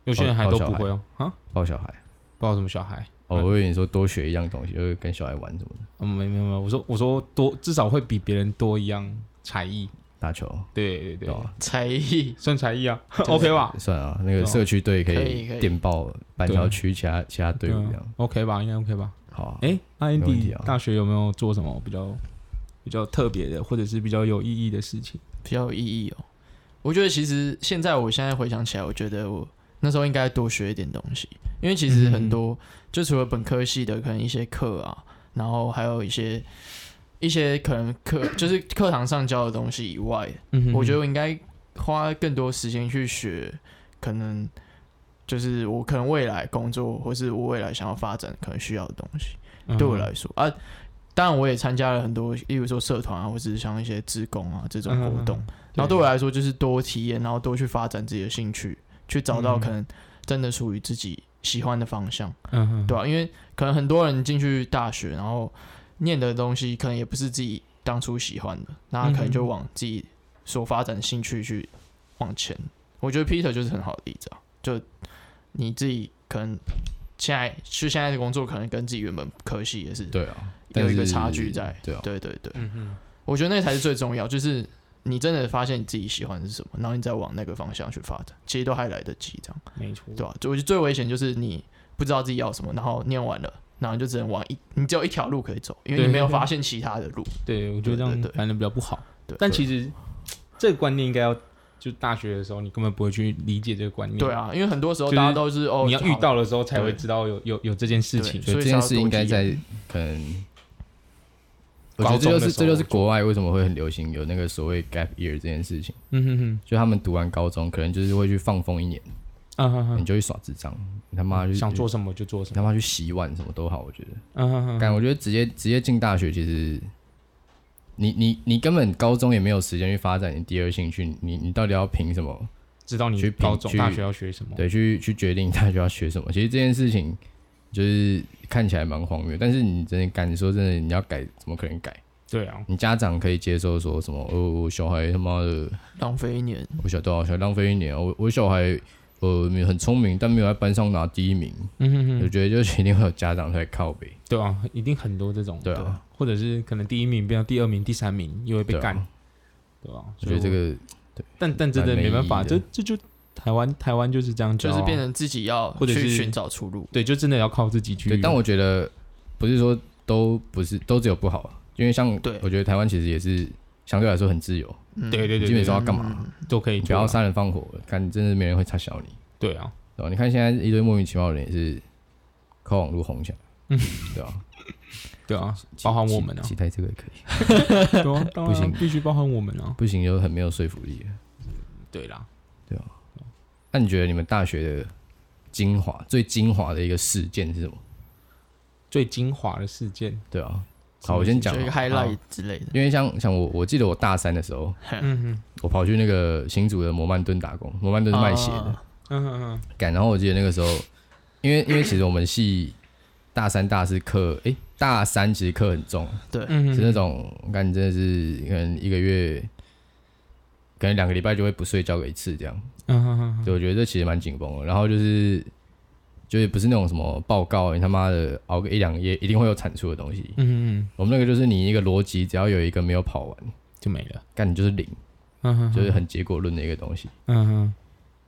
Speaker 2: 有些人
Speaker 1: 抱
Speaker 2: 还都
Speaker 1: 哦抱小
Speaker 2: 不
Speaker 1: 孩
Speaker 2: 会哦，啊，
Speaker 1: 抱小孩，
Speaker 2: 不知道什么小孩，
Speaker 1: 哦，我以为你说多学一样东西，就是跟小孩玩什么的，
Speaker 2: 嗯，没没没，我说我说多至少会比别人多一样才艺，
Speaker 1: 打球，
Speaker 2: 对对
Speaker 1: 对
Speaker 2: 对，
Speaker 1: 啊，
Speaker 3: 才艺
Speaker 2: 算才艺啊
Speaker 3: 对
Speaker 2: ，OK 吧
Speaker 1: 算啊，那个
Speaker 2: 对啊
Speaker 1: 社区队可
Speaker 3: 可以可
Speaker 1: 以
Speaker 3: 以
Speaker 1: 电报板
Speaker 2: 对啊
Speaker 1: 桥区其他其他队伍
Speaker 2: 对啊
Speaker 1: 这样。
Speaker 2: ，OK 吧，应该 OK 吧，
Speaker 1: 好啊，
Speaker 2: 哎，那
Speaker 1: 没问题
Speaker 2: Andy
Speaker 1: 啊
Speaker 2: 大学有没有做什么比较比较特别的，或者是比较有意义的事情？
Speaker 3: 比较有意义哦。我觉得其实现在我现在回想起来，我觉得我那时候应该多学一点东西，因为其
Speaker 2: 嗯
Speaker 3: 实很多、就除了本科系的可能一些课啊，然后还有一些一些可能课就是课堂上教的东西以外，
Speaker 2: 嗯哼
Speaker 3: 我觉得我应该花更多时间去学，可能就是我可能未来工作或是我未来想要发展可能需要的东西。
Speaker 2: 嗯
Speaker 3: 对我来说啊，当然我也参加了很多，例如说社团啊，或者是像一些职工啊这种活动。
Speaker 2: 嗯
Speaker 3: 然后对我来说，就是多体验，然后多去发展自己的兴趣，去找到
Speaker 2: 嗯
Speaker 3: 可能真的属于自己喜欢的方向，
Speaker 2: 嗯哼
Speaker 3: 对吧、啊因为可能很多人进去大学，然后念的东西可能也不是自己当初喜欢的，那他可能就
Speaker 2: 嗯
Speaker 3: 往自己所发展的兴趣去往前。我觉得 Peter 就是很好的例子啊，就你自己可能现在去现在的工作，可能跟自己原本科系也是
Speaker 1: 对啊，但
Speaker 3: 有一个
Speaker 1: 是
Speaker 3: 差距在。
Speaker 1: 对啊，
Speaker 3: 对对对，
Speaker 2: 嗯哼
Speaker 3: 我觉得那才是最重要，就是你真的发现你自己喜欢的是什么，然后你再往那个方向去发展，其实都还来得及，这样
Speaker 2: 没错，
Speaker 3: 对吧、就我觉得最危险就是你不知道自己要什么，然后念完了，然后你就只能往一，你只有一条路可以走，因为你
Speaker 2: 对
Speaker 3: 没有发现其他的路。
Speaker 2: 对，我觉得这
Speaker 3: 对
Speaker 2: 样
Speaker 3: 对对
Speaker 2: 反正比较不好。
Speaker 3: 对
Speaker 2: 但其实这个观念应该要，就大学的时候你根本不会去理解这个观念。
Speaker 3: 对，啊，因为很多时候
Speaker 2: 就是
Speaker 3: 大家都是哦，
Speaker 2: 你要遇
Speaker 3: 好
Speaker 2: 到的时候才会
Speaker 3: 对
Speaker 2: 知道有有有这件事情。
Speaker 3: 对
Speaker 1: 所
Speaker 3: 所
Speaker 1: 以这
Speaker 3: 以是要
Speaker 1: 件事
Speaker 3: 多
Speaker 1: 应该
Speaker 3: 体
Speaker 1: 在
Speaker 3: 验
Speaker 1: 可能，我觉得这
Speaker 2: 高中
Speaker 1: 就
Speaker 2: 的
Speaker 1: 是
Speaker 2: 时
Speaker 1: 这就
Speaker 2: 候
Speaker 1: 是
Speaker 2: 我觉得
Speaker 1: 国外为什么会很流行有那个所谓 gap year 这件事情，
Speaker 2: 嗯哼哼，
Speaker 1: 就他们读完高中可能就是会去放风一年，
Speaker 2: 嗯哼
Speaker 1: 你
Speaker 2: 哼，
Speaker 1: 就去耍智障，你他妈去
Speaker 2: 想做什么就做
Speaker 1: 你
Speaker 2: 什么。
Speaker 1: 他妈去洗碗什么都好，我觉得。
Speaker 2: 嗯哼哼，
Speaker 1: 但我觉得直接直接进大学，其实你你你根本高中也没有时间去发展你第二兴趣，你你到底要凭什么？
Speaker 2: 知道你
Speaker 1: 去
Speaker 2: 高中
Speaker 1: 去
Speaker 2: 大学要学什么。
Speaker 1: 对，去去决定大学要学什么？其实这件事情就是看起来蛮荒谬，但是你真的敢说真的，你要改怎么可能改？
Speaker 2: 对啊，
Speaker 1: 你家长可以接受说什么？哦，我小孩他妈的，
Speaker 3: 浪费一年，
Speaker 1: 我小对啊，小孩浪费一年，我我小孩呃很聪明，但没有在班上拿第一名，
Speaker 2: 嗯哼
Speaker 1: 我
Speaker 2: 哼，
Speaker 1: 觉得就是一定会有家长在靠背，
Speaker 2: 对啊，一定很多这种。
Speaker 1: 对啊，
Speaker 2: 或者是可能第一名变到第二名、第三名，又会被
Speaker 1: 对啊
Speaker 2: 干。对啊，
Speaker 1: 我
Speaker 2: 所
Speaker 1: 觉得
Speaker 2: 以
Speaker 1: 这个
Speaker 2: 但但真的
Speaker 1: 蛮没
Speaker 2: 没办
Speaker 1: 意义
Speaker 2: 法，
Speaker 1: 的
Speaker 2: 这这就台湾台湾就是这样教
Speaker 3: 就
Speaker 2: 啊，
Speaker 3: 是变成自己要
Speaker 2: 或者
Speaker 3: 去
Speaker 2: 是
Speaker 3: 寻找出路。
Speaker 2: 对，就真的要靠自己去。
Speaker 1: 对，但我觉得不是说都不是都只有不好，啊因为像
Speaker 3: 对
Speaker 1: 我觉得台湾其实也是相对来说很自由，
Speaker 3: 嗯
Speaker 2: 对对对，
Speaker 1: 基本上要
Speaker 2: 对
Speaker 1: 干嘛
Speaker 2: 都可以
Speaker 1: 你不
Speaker 2: 做啊，
Speaker 1: 要杀人放火，看真的没人会插小你，
Speaker 2: 对啊，
Speaker 1: 对吧？你看现在一堆莫名其妙的人也是靠网络红起来，对吧？
Speaker 2: 对啊，包含我们啊，
Speaker 1: 期待这个也可以，
Speaker 2: 对啊，当
Speaker 1: 不行
Speaker 2: 然必须包含我们 啊，
Speaker 1: 不行就很没有说服力了。
Speaker 2: 对啦，
Speaker 1: 那你觉得你们大学的精华最精华的一个事件是什么？
Speaker 2: 最精华的事件，
Speaker 1: 对啊，好，我先讲
Speaker 3: 就一个
Speaker 1: 好，
Speaker 3: highlight 之类的。
Speaker 1: 因为像像我我记得我大三的时候，
Speaker 2: 嗯
Speaker 1: 我跑去那个新竹的摩曼顿打工，摩曼顿是卖鞋的。
Speaker 3: 啊
Speaker 2: 哼嗯哼哼，
Speaker 1: 干，然后我记得那个时候，因为因为其实我们系大三、大四课，诶，大三其实课很重，啊
Speaker 3: 对，
Speaker 2: 嗯
Speaker 1: 是那
Speaker 2: 哼，
Speaker 1: 种我感觉真的是可能一个月，可能两个礼拜就会不睡觉个一次这样。
Speaker 2: 嗯哼哼，
Speaker 1: 对，我觉得这其实蛮紧绷的。然后就是就是不是那种什么报告，你他妈的熬个一两个月一定会有产出的东西。
Speaker 2: 嗯哼哼，
Speaker 1: 我们那个就是你一个逻辑，只要有一个没有跑完，
Speaker 2: 就没了，
Speaker 1: 干你就是零，
Speaker 2: 嗯哼，
Speaker 1: 就是，很结果论的一个东西。
Speaker 2: 嗯哼，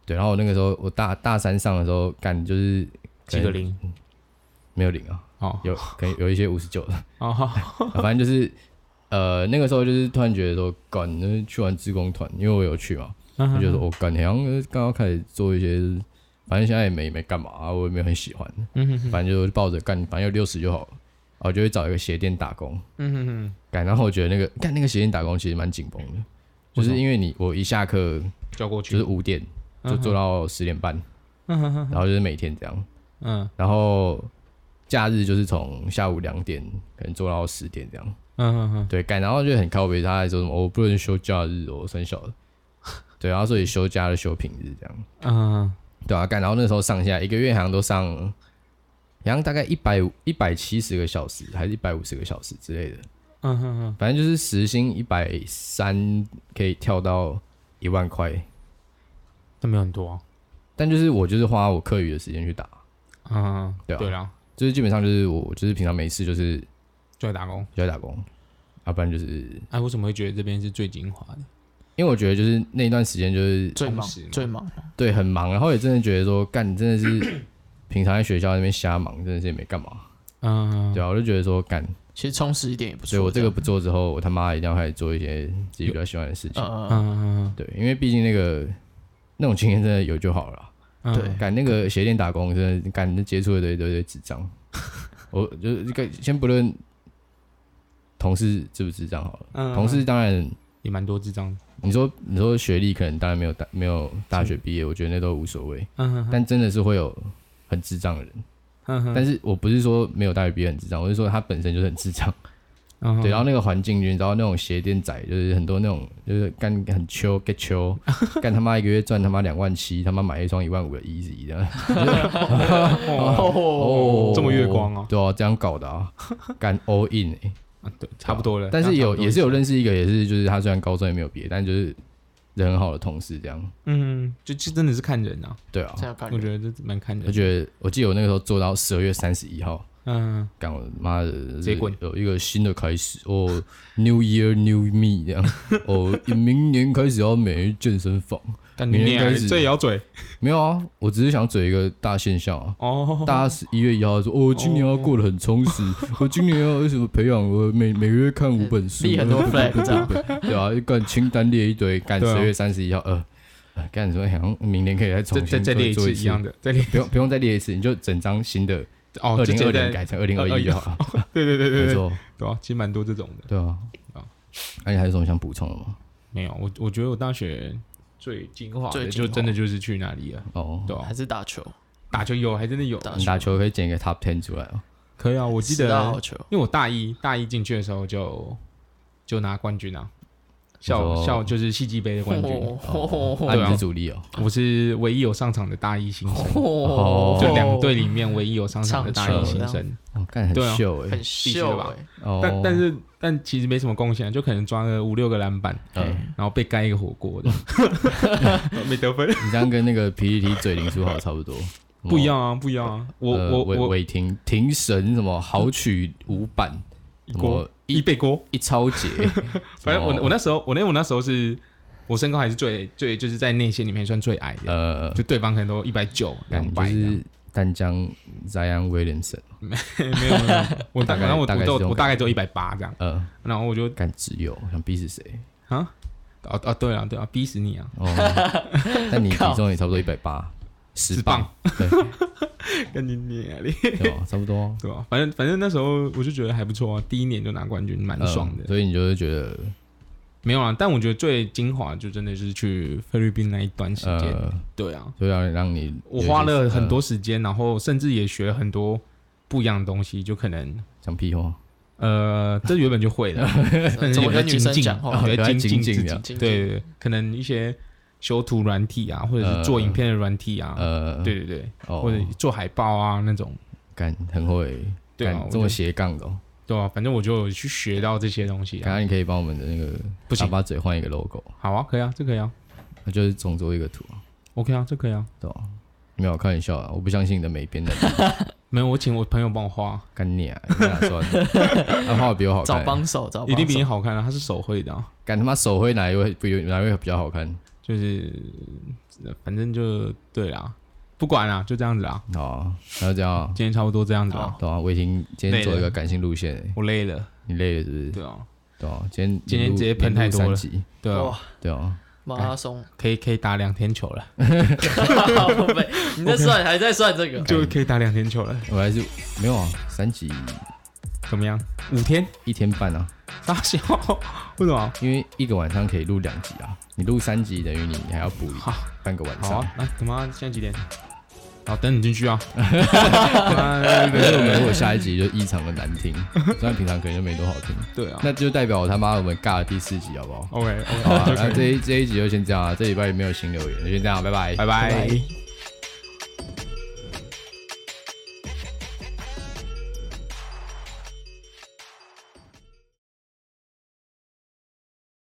Speaker 1: 对，然后我那个时候我大大三上的时候，干就是
Speaker 2: 几个零，
Speaker 1: 没有零啊。
Speaker 2: 哦，
Speaker 1: 有可能有一些五十九的，
Speaker 2: 哦，好
Speaker 1: 啊反正就是呃那个时候就是突然觉得说，干，那去完志工团，因为我有去嘛，
Speaker 2: 嗯
Speaker 1: 就
Speaker 2: 哼
Speaker 1: 觉得说
Speaker 2: 哼
Speaker 1: 我干，好像呃刚刚开始做一些，反正现在也没没干嘛、啊，我也没有很喜欢，
Speaker 2: 嗯哼哼，
Speaker 1: 反正就抱着干，反正有六十就好了，然后就会找一个鞋店打工，
Speaker 2: 嗯哼哼，
Speaker 1: 干，然后我觉得那个干那个鞋店打工其实蛮紧绷的，就
Speaker 2: 为什
Speaker 1: 是
Speaker 2: 么
Speaker 1: 因为你我一下课
Speaker 2: 交过去，
Speaker 1: 就是五点就做到十点半，
Speaker 2: 嗯哼哼，
Speaker 1: 然后就是每天这样，
Speaker 2: 嗯
Speaker 1: 然后假日就是从下午两点可能做到十点这样。
Speaker 2: 嗯哼哼，
Speaker 1: 对，干，然后就很靠北，他还说什么、哦我不能休假日哦，三小的，对，然后所以休假就休平日这样，
Speaker 2: 嗯
Speaker 1: 对啊，干，然后那时候上下一个月好像都上，好像大概一百五、一百七十个小时，还是一百五十个小时之类的，
Speaker 2: 嗯哼哼，
Speaker 1: 反正就是时薪一百三可以跳到一万块，
Speaker 2: 那没有很多啊，
Speaker 1: 但就是我就是花我课余的时间去打，
Speaker 2: 嗯，
Speaker 1: 对啊
Speaker 2: 对啦，
Speaker 1: 就是基本上就是我我就是平常没事就是
Speaker 2: 就在打工，
Speaker 1: 就在打工，要不然就是
Speaker 2: 哎，为什么会觉得这边是最精华的？
Speaker 1: 因为我觉得就是那段时间就是
Speaker 3: 最忙
Speaker 2: 充实嘛
Speaker 3: 最忙，
Speaker 1: 对，很忙，然后也真的觉得说，干，你真的是 平常在学校那边瞎忙，真的是也没干嘛，
Speaker 2: 嗯，
Speaker 1: 对啊，我就觉得说干，
Speaker 3: 其实充实一点也不错。
Speaker 1: 所以我这个不做之后，我他妈一定要开始做一些自己比较喜欢的事
Speaker 3: 这
Speaker 1: 情，
Speaker 3: 样，呃，
Speaker 2: 嗯
Speaker 1: 对，因为毕竟那个那种经验真的有就好了啦，
Speaker 2: 嗯，
Speaker 3: 对
Speaker 1: 干那个鞋店打工真的干接触了一堆一堆一堆智 障，我就是先不论同事智不智障好了，
Speaker 2: 嗯
Speaker 1: 同事当然
Speaker 2: 也蛮多智障的。
Speaker 1: 你说你说学历可能当然没有大没有大学毕业，我觉得那都无所谓，
Speaker 2: 嗯哼哼
Speaker 1: 但真的是会有很智障的人。
Speaker 2: 嗯哼，
Speaker 1: 但是我不是说没有大学毕业很智障，我是说他本身就是很智障。
Speaker 2: 嗯哼
Speaker 1: 对，然后那个环境，你知道那种鞋店仔，就是很多那种就是干很秋 get 秋，干他妈一个月赚他妈两万七，他妈买一双一万五的 Easy 的，
Speaker 3: 哦
Speaker 2: 这么月光哦
Speaker 1: 对啊，这样搞的啊，干 all in 欸
Speaker 2: 啊对，差不多了。
Speaker 1: 但是有也是
Speaker 2: 有，
Speaker 1: 有认识一个，也是就是他虽然高中也没有毕业，但就是人很好的同事这样，
Speaker 2: 嗯，就就真的是看人啊，
Speaker 1: 对啊，
Speaker 3: 这样看
Speaker 2: 我
Speaker 3: 人，
Speaker 2: 觉得这蛮看
Speaker 1: 我
Speaker 2: 人。
Speaker 1: 觉得我记得我那个时候做到十二月三十一号，
Speaker 2: 嗯，
Speaker 1: 干我妈的，直
Speaker 2: 接滚
Speaker 1: 有一个新的开始哦，New Year New Me 这样， 哦，明年开始要每日健身房。
Speaker 2: 但
Speaker 1: 明
Speaker 2: 你
Speaker 1: 天开始
Speaker 2: 这也要嘴
Speaker 1: 没有啊，我只是想嘴一个大现象啊。
Speaker 2: 哦，
Speaker 1: 大家十一月一号说，哦，今年要过得很充实，我今年要有什么培养，我每每个月看五本 书，
Speaker 3: 立很 多 flag 这样
Speaker 1: 对啊，一个清单列一堆，干
Speaker 2: 对
Speaker 1: 十
Speaker 2: 啊
Speaker 1: 月三十一号，呃，呃干什么？好像明年可以再重
Speaker 2: 再
Speaker 1: 新
Speaker 2: 再再列一
Speaker 1: 做
Speaker 2: 次
Speaker 1: 一
Speaker 2: 一样的，再列
Speaker 1: 不用不用再列一次，你就整张新的
Speaker 2: 哦，
Speaker 1: 二
Speaker 2: 直
Speaker 1: 零
Speaker 2: 接
Speaker 1: 二
Speaker 2: 在
Speaker 1: 零改成二零二
Speaker 2: 2021
Speaker 1: 一就好了。
Speaker 2: 对对对对
Speaker 1: 没
Speaker 2: 对，哦
Speaker 1: 错，
Speaker 2: 对啊，其实蛮多这种的。
Speaker 1: 对啊
Speaker 2: 好。
Speaker 1: 那你还有什么想补充的吗？
Speaker 2: 没有，我我觉得我大学最精华的
Speaker 3: 最精
Speaker 2: 就
Speaker 3: 华
Speaker 2: 真的就是去哪里了，
Speaker 1: 哦，
Speaker 2: 对啊
Speaker 3: 还，是打球，
Speaker 2: 打球有，还真的有，
Speaker 3: 打
Speaker 1: 你打球可以剪一个 top ten 出来哦。
Speaker 2: 可以啊，我记
Speaker 3: 十大好
Speaker 2: 得，
Speaker 3: 球，
Speaker 2: 因为我大一大一进去的时候就就拿冠军啊，校
Speaker 1: 哦
Speaker 2: 校就是戏剧杯的冠军，
Speaker 1: 哦
Speaker 3: 哦
Speaker 1: 那
Speaker 2: 对啊
Speaker 1: 你是主力哦。
Speaker 2: 我是唯一有上场的大一新生，
Speaker 1: 哦
Speaker 2: 就两队里面唯一有上场的大一新
Speaker 3: 上场
Speaker 2: 生，
Speaker 1: 哦，干很
Speaker 2: 对啊
Speaker 1: 秀哎
Speaker 3: 很。秀
Speaker 2: 欸
Speaker 3: 哎，
Speaker 1: 哦，
Speaker 2: 但但是但其实没什么贡献，就可能抓了五六个篮板，
Speaker 1: 嗯。
Speaker 2: 然后被盖一个火锅的，没得分，
Speaker 1: 你这样跟那个皮皮提嘴林书豪差不多，
Speaker 2: 不一样啊，不一样啊，我
Speaker 1: 呃。
Speaker 2: 我
Speaker 1: 韦
Speaker 2: 我
Speaker 1: 韦霆霆神什么豪取五版，
Speaker 2: 一
Speaker 1: 什
Speaker 2: 锅
Speaker 1: 么
Speaker 2: 一背锅，
Speaker 1: 一超节，
Speaker 2: 反正我
Speaker 1: 什么
Speaker 2: 我那时候我那我那时候是我身高还是最最就是在内线里面算最矮的，
Speaker 1: 呃，
Speaker 2: 就对方可能都一百九两
Speaker 1: 感
Speaker 2: 百
Speaker 1: 觉
Speaker 2: 这样
Speaker 1: 是丹江 Zion Williamson，
Speaker 2: 没有没有，我大
Speaker 1: 大概
Speaker 2: 然后我
Speaker 1: 大概是这
Speaker 2: 我都
Speaker 1: 种
Speaker 2: 我大概只有一百八这样，
Speaker 1: 呃，
Speaker 2: 然后我就
Speaker 1: 干只有想逼死谁？
Speaker 2: 啊哦哦对啊对啊，逼死你啊，
Speaker 1: 哦，但 你体重也差不多一百八，十
Speaker 2: 十磅，
Speaker 1: 对，
Speaker 2: 跟你
Speaker 1: 啊
Speaker 2: 娘嘞，
Speaker 1: 对吧？差不多啊，
Speaker 2: 对吧？反正反正那时候我就觉得还不错啊，第一年就拿冠军， 蛮
Speaker 1: 呃
Speaker 2: 爽的。
Speaker 1: 所以你就是觉得，
Speaker 2: 没有啊，但我觉得最精华就真的是去菲律宾那一段时间，
Speaker 1: 呃，
Speaker 2: 对啊，
Speaker 1: 就让让你
Speaker 2: 我花了
Speaker 1: 有一
Speaker 2: 很
Speaker 1: 些
Speaker 2: 多时间，然后甚至也学了很多不一样的东西，就可能
Speaker 1: 呃讲屁话，
Speaker 2: 呃，这原本就会嗯的，
Speaker 1: 嗯
Speaker 2: 但是
Speaker 3: 怎么
Speaker 2: 有在
Speaker 3: 跟女
Speaker 2: 精
Speaker 3: 生
Speaker 2: 进
Speaker 3: 讲话？
Speaker 2: 有在精进
Speaker 1: 哦精
Speaker 2: 自
Speaker 1: 进
Speaker 2: 己
Speaker 1: 的，
Speaker 2: 对对对，可能一些修图软体啊，或者是做影片的软体啊，
Speaker 1: 呃，
Speaker 2: 对对对，
Speaker 1: 哦，
Speaker 2: 或者做海报啊那种，
Speaker 1: 干很会，
Speaker 2: 对啊
Speaker 1: 干
Speaker 2: 我
Speaker 1: 这么
Speaker 2: 就
Speaker 1: 斜杠的哦。
Speaker 2: 对啊，反正我就有去学到这些东西
Speaker 1: 刚
Speaker 2: 啊，
Speaker 1: 刚你可以帮我们的那个
Speaker 2: 不行
Speaker 1: 喇叭嘴换一个 logo，
Speaker 2: 好啊，可以啊，这可以啊
Speaker 1: 那就是重做一个图啊，
Speaker 2: ，OK 啊，这可以啊，
Speaker 1: 对吧？没有开玩笑啊，我不相信你的美编 的
Speaker 2: 没有，我请我朋友帮我画，
Speaker 1: 干你啊，你哪算？ 他画的比我好
Speaker 3: 找
Speaker 1: 看，
Speaker 3: 帮手，找帮手
Speaker 2: 一定比你好看啊，他是手绘的啊，
Speaker 1: 干他妈手绘哪一位比哪一位比较好看？
Speaker 2: 就是呃反正就对啦，不管啦，就这样子啦，
Speaker 1: 好啊，然后这样啊，
Speaker 2: 今天差不多这样子啦，
Speaker 1: 对啊，我已经今
Speaker 2: 累
Speaker 1: 天
Speaker 2: 了
Speaker 1: 走一个感性路线欸，
Speaker 2: 我累了，
Speaker 1: 你累了是不是？
Speaker 2: 对啊，
Speaker 1: 对啊，今天
Speaker 2: 今天
Speaker 1: 连录
Speaker 2: 直接喷太多了
Speaker 1: 连录三集
Speaker 2: 对啊
Speaker 3: 哇，，
Speaker 1: 对啊，
Speaker 3: 马 拉松，
Speaker 2: 可以可以打两天球了，
Speaker 3: 靠北你在算还在算这个？
Speaker 2: 就可以打两天球了。
Speaker 1: 我还是没有啊，三集
Speaker 2: 怎么样？五天？
Speaker 1: 一天半啊，
Speaker 2: 傻笑？为什么？
Speaker 1: 因为一个晚上可以录两集啊，你录三集等于你还要补
Speaker 2: 好
Speaker 1: 半个晚
Speaker 2: 好
Speaker 1: 上。
Speaker 2: 啊，来，怎么？现在几点？好，等你进 去啊。啊妈的
Speaker 1: 可是我们如果下一集就异常的难 听，虽然平常可能就没多好听，
Speaker 2: 对啊。
Speaker 1: 那就代表我他妈我们尬了第四集，好不好？
Speaker 2: OK
Speaker 1: 好啊，那
Speaker 2: OK，
Speaker 1: 这一这一集就先这样啊，这礼拜也没有新留言，就先这样，拜拜，
Speaker 2: 拜拜。